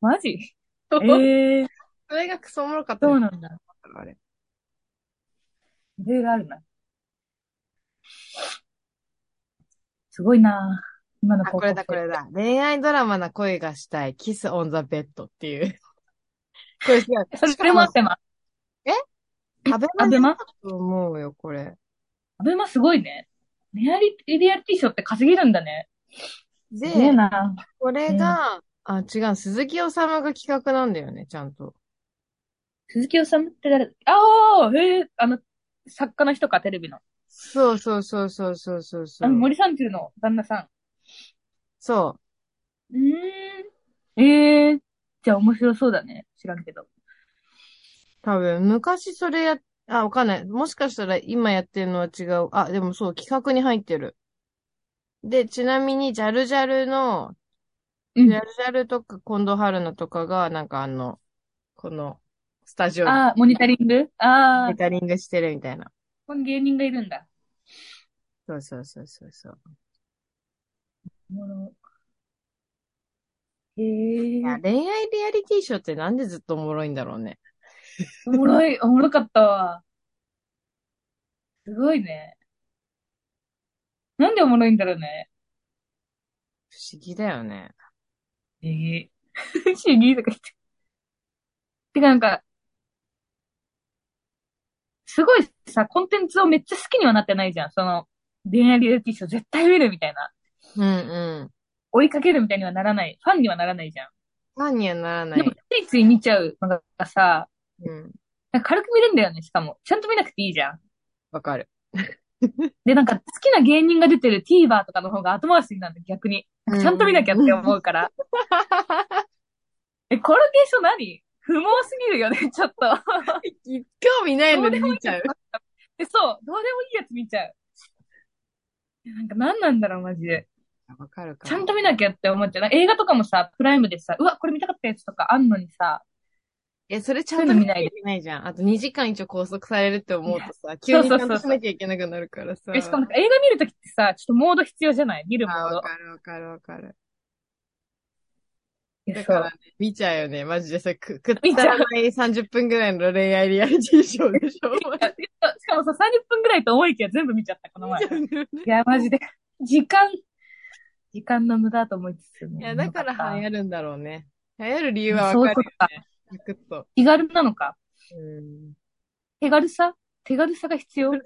Speaker 1: マジええー、
Speaker 2: <laughs> それがクソおもろかった
Speaker 1: そ
Speaker 2: ね。
Speaker 1: うなんだ。
Speaker 2: あれ。
Speaker 1: いろいろあるな。すごいな今の
Speaker 2: あ、
Speaker 1: 高
Speaker 2: こ
Speaker 1: 校生
Speaker 2: れだ、これだ。恋愛ドラマな恋がしたい。キスオンザベッドっていう。これ、
Speaker 1: それ、それもあってます。
Speaker 2: アベマ
Speaker 1: アベマ
Speaker 2: だと思うよ、これ。
Speaker 1: アベマすごいね。リアリ、リアリティショーって稼げるんだね。
Speaker 2: です
Speaker 1: げえな。
Speaker 2: これが、あ、違う、鈴木おさまが企画なんだよね、ちゃんと。
Speaker 1: 鈴木おさむって誰ああ、へえ、あの、作家の人か、テレビの。
Speaker 2: そうそうそうそうそうそうそ
Speaker 1: あの、
Speaker 2: う。
Speaker 1: 森三中の旦那さ
Speaker 2: そ
Speaker 1: ん。うーん。ええじゃあ面白そうだね。知らんけど。
Speaker 2: う。多分、昔それや、あ、わかんない。もしかしたら今やってるのは違う。あ、でもそう、企画に入ってる。で、ちなみに、ジャルジャルの、
Speaker 1: う
Speaker 2: ジ
Speaker 1: ん
Speaker 2: ャルジャルとか、近藤春菜とかが、なんかあの、この、スタジオに
Speaker 1: ああ、モニタリングあ
Speaker 2: モ
Speaker 1: あ
Speaker 2: ニ、タリングしてるみたいな。
Speaker 1: この芸人がいるんだ。
Speaker 2: そうそうそうそうそう。
Speaker 1: おもろへえ
Speaker 2: いや、恋愛リアリティショーってなんでずっとおもろいんだろうね。
Speaker 1: おもろい、おもろかったわ。すごいね。なんでおもろいんだろうね。
Speaker 2: 不思議だよね。
Speaker 1: ええ不思議とか言って。てかなんか、すごいさ、コンテンツをめっちゃ好きにはなってないじゃん。その、恋愛リアリティショー絶対見るみたいな。
Speaker 2: うんうん。
Speaker 1: 追いかけるみたいにはならない。ファンにはならないじゃ
Speaker 2: ファンにはなら
Speaker 1: ん。
Speaker 2: な
Speaker 1: でも
Speaker 2: い。、
Speaker 1: ついつい見ちゃうのがさ、
Speaker 2: うん。
Speaker 1: なんか軽く見れるんだよね、しかも。ちゃんと見なくていいじゃん。
Speaker 2: わかる。
Speaker 1: で、なんか好きな芸人が出てる TVer とかの方が後回しになるの、逆に。なんかちゃんと見なきゃって思う
Speaker 2: <laughs>
Speaker 1: から。え、この現象何不毛すぎるよね、ちょっと。
Speaker 2: 興味ないのに見ちゃう。
Speaker 1: で、そう、どうでもいいやつ見ちゃう。なんか何なんだろう、マジで。
Speaker 2: わかるか
Speaker 1: ちゃんと見なきゃって思っちゃう。なんか映画とかもさ、プライムでさ、うわ、これ見たかったやつとかあんのにさ、
Speaker 2: え、それちゃんと見なきゃいけないじゃん。あと2時間一応拘束されるって思うとさ、急にちゃんとしなきゃいけなくなるからさ。
Speaker 1: えしかもなんか映画見るときってさ、ちょっとモード必要じゃない見るモ
Speaker 2: あ、
Speaker 1: ード
Speaker 2: わ。かるわかるわかる。
Speaker 1: いや
Speaker 2: だ
Speaker 1: そ
Speaker 2: か
Speaker 1: う
Speaker 2: らね、見ちゃうよね。マジでさ、く、くっ
Speaker 1: 見ち
Speaker 2: た
Speaker 1: ゃ
Speaker 2: ら
Speaker 1: う
Speaker 2: ない30分ぐらいの恋愛リアリティショーでしょ。
Speaker 1: いやしかもさ、30分ぐらいと思いきや全部見ちゃった、この
Speaker 2: <laughs>
Speaker 1: 前。い
Speaker 2: 見ちゃうよね
Speaker 1: や、マジで。時間、時間の無駄と思いつつ、
Speaker 2: いや、だから流
Speaker 1: 早
Speaker 2: 行るんだろうね。流行る理由
Speaker 1: い
Speaker 2: は
Speaker 1: そうい
Speaker 2: わ
Speaker 1: うこ
Speaker 2: かる
Speaker 1: とか。
Speaker 2: サクッと。
Speaker 1: 気軽なのか。
Speaker 2: うん。
Speaker 1: 手軽さ手軽さが必要。い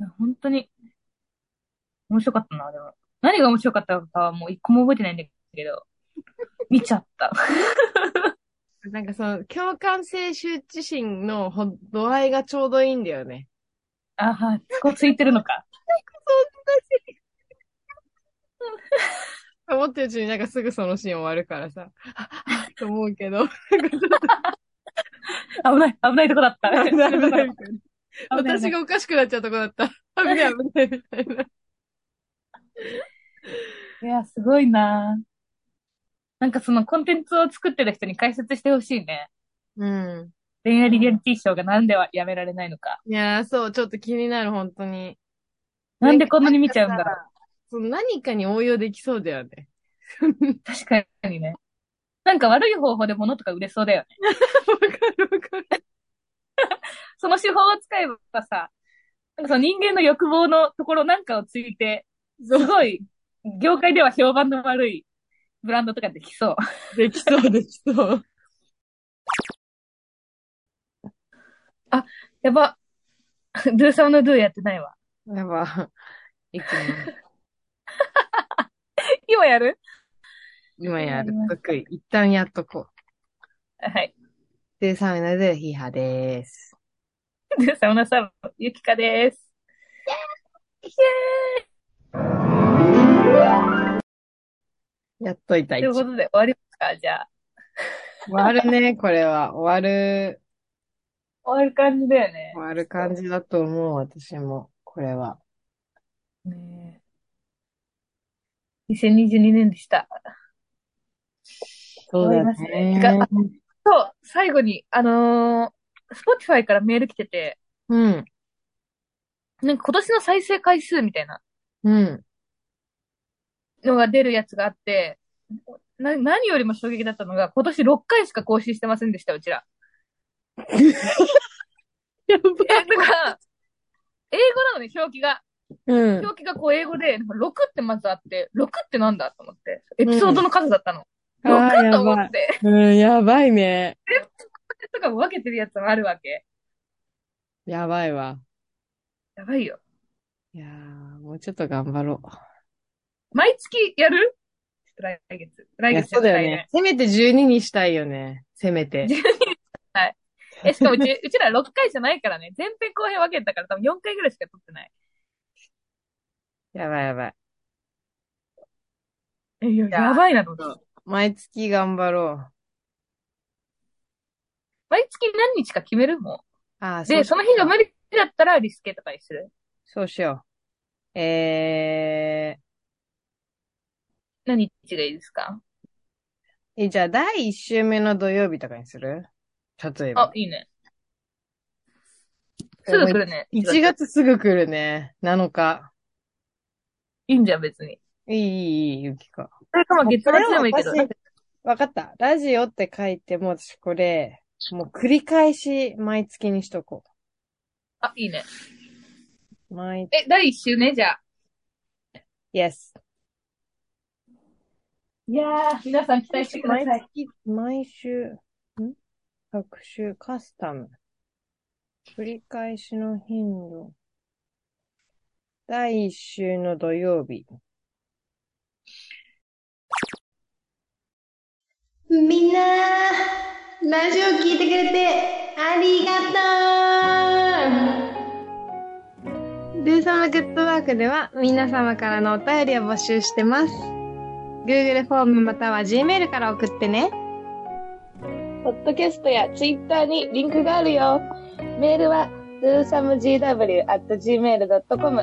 Speaker 1: や本当に、面白かったな、でも。何が面白かったのかはもう一個も覚えてないんだけど、見ちゃった。
Speaker 2: なんかその、共感性羞恥心のほ度合いがちょうどいいんだよね。
Speaker 1: <laughs> あはい。こうついてるのか。
Speaker 2: 思ってるうちになんかすぐそのシーン終わるからさ、ああと思う
Speaker 1: <laughs>
Speaker 2: けど、
Speaker 1: 危ない、 <laughs> 危ないとこだった。
Speaker 2: 危ない危ないみた
Speaker 1: 危な
Speaker 2: いな
Speaker 1: い
Speaker 2: <laughs> 私がおかしくなっちゃうとこだった。危ない危ないみたいな。
Speaker 1: いや、すごいななんかそのコンテンツを作ってる人に解説してほしいね。
Speaker 2: うん。
Speaker 1: 恋愛リアリティショーがなんではやめられないのか。
Speaker 2: いやー、そう、ちょっと気になる、本当に。
Speaker 1: なんでこんなに見ちゃうんだろう。
Speaker 2: その何かに応用できそうだよね。
Speaker 1: 確かにね。なんか悪い方法で物とか売れそうだよね。
Speaker 2: わかるわかる。
Speaker 1: その手法を使えばさ、なんかその人間の欲望のところなんかをついて、すごい、業界では評判の悪いブランドとかできそう。
Speaker 2: できそう、できそう。
Speaker 1: やば。ドゥーサムのドゥーやってないわ。
Speaker 2: やば。いつも、
Speaker 1: 今やる
Speaker 2: 今やる。得意。一旦やっとこう。
Speaker 1: はい。
Speaker 2: で、サウナでヒーハーでーす。
Speaker 1: ドゥーサムのサム、ゆきかです。イェーイ
Speaker 2: やっといた、
Speaker 1: という
Speaker 2: 一
Speaker 1: こ
Speaker 2: 応。
Speaker 1: とで終わりますかじゃあ。
Speaker 2: 終わるね、これは。終わる、
Speaker 1: 終わる感じだよね
Speaker 2: 終。わる感じだと思う、私も。これは。
Speaker 1: ねえ2022年でした。
Speaker 2: そうだ
Speaker 1: 終わりますね
Speaker 2: ね。
Speaker 1: そう、最後に、あのー、Spotify からメール来てて、
Speaker 2: うん、
Speaker 1: なんか今年の再生回数みたいな
Speaker 2: うん。
Speaker 1: のが出るやつがあって、な、何よりも衝撃だったのが、今年6回しか更新してませんでした、うちら。
Speaker 2: やば
Speaker 1: え、なんか、英語なのね、表記が。
Speaker 2: うん。
Speaker 1: 表記がこう英語で、なんか6ってまずあって、6ってなんだと思って。エピソードの数だったの。
Speaker 2: うんあー
Speaker 1: 6と思
Speaker 2: やば
Speaker 1: っ
Speaker 2: い
Speaker 1: て。
Speaker 2: うん、やばいね。
Speaker 1: とか分けてるやつもあるわけ。
Speaker 2: やばいわ。
Speaker 1: やばいよ。
Speaker 2: いやー、もうちょっと頑張ろ
Speaker 1: 毎月やるちょっと来月。
Speaker 2: う。
Speaker 1: 来
Speaker 2: いや、
Speaker 1: 月
Speaker 2: そうだよ
Speaker 1: 来
Speaker 2: ね。せめて12にしたいよね。せめて。
Speaker 1: 年え、しかもうち、うちら6回じゃないからね。前編後編分けてたから多分4回ぐらいしか撮ってない。
Speaker 2: やばいやばい。
Speaker 1: えいや、
Speaker 2: や
Speaker 1: やばいなと思って。
Speaker 2: 毎月頑張ろう。
Speaker 1: 毎月何日か決めるも
Speaker 2: あー、
Speaker 1: ん。で、
Speaker 2: そ
Speaker 1: そうの
Speaker 2: しよ
Speaker 1: 日
Speaker 2: う
Speaker 1: が無理だったらリスケとかにする。
Speaker 2: そうしよう。え
Speaker 1: 何日がいいですか
Speaker 2: ー、え、じゃあ第1週目の土曜日とかにする例えば
Speaker 1: あ。、いいね。すぐ来るね。
Speaker 2: 1。月すぐ来るね。7日。
Speaker 1: いいんじゃん、別に。
Speaker 2: いい、いい、いい、ゆきか。
Speaker 1: それかまあ月末でもいいけど。
Speaker 2: これは私わかった。ラジオって書いて、もう私これ、もう繰り返し毎月にしとこ
Speaker 1: あ、いいね。
Speaker 2: う。毎、
Speaker 1: え、第1週ね、じゃあ。
Speaker 2: yes。
Speaker 1: いやー、皆さん期待してくだ
Speaker 2: 毎
Speaker 1: さい。
Speaker 2: 月、毎週、ん各週、カスタム。繰り返しの頻度。第1週の土曜日。
Speaker 3: みんな、ラジオ聞いてくれてありがとう
Speaker 2: ルー様グッドワークでは皆様からのお便りを募集してます。Google フォームまたは Gmail から送ってね。
Speaker 1: ポッドキャストやツイッターにリンクがあるよ。メールは dosomegw.gmail.com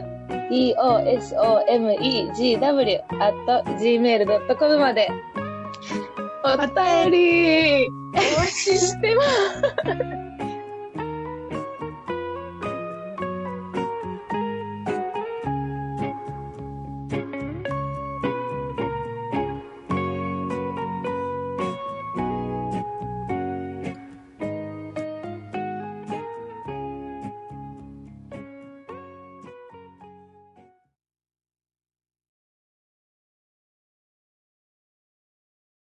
Speaker 1: dosomegw.gmail.com まで。お便りお待ちしてます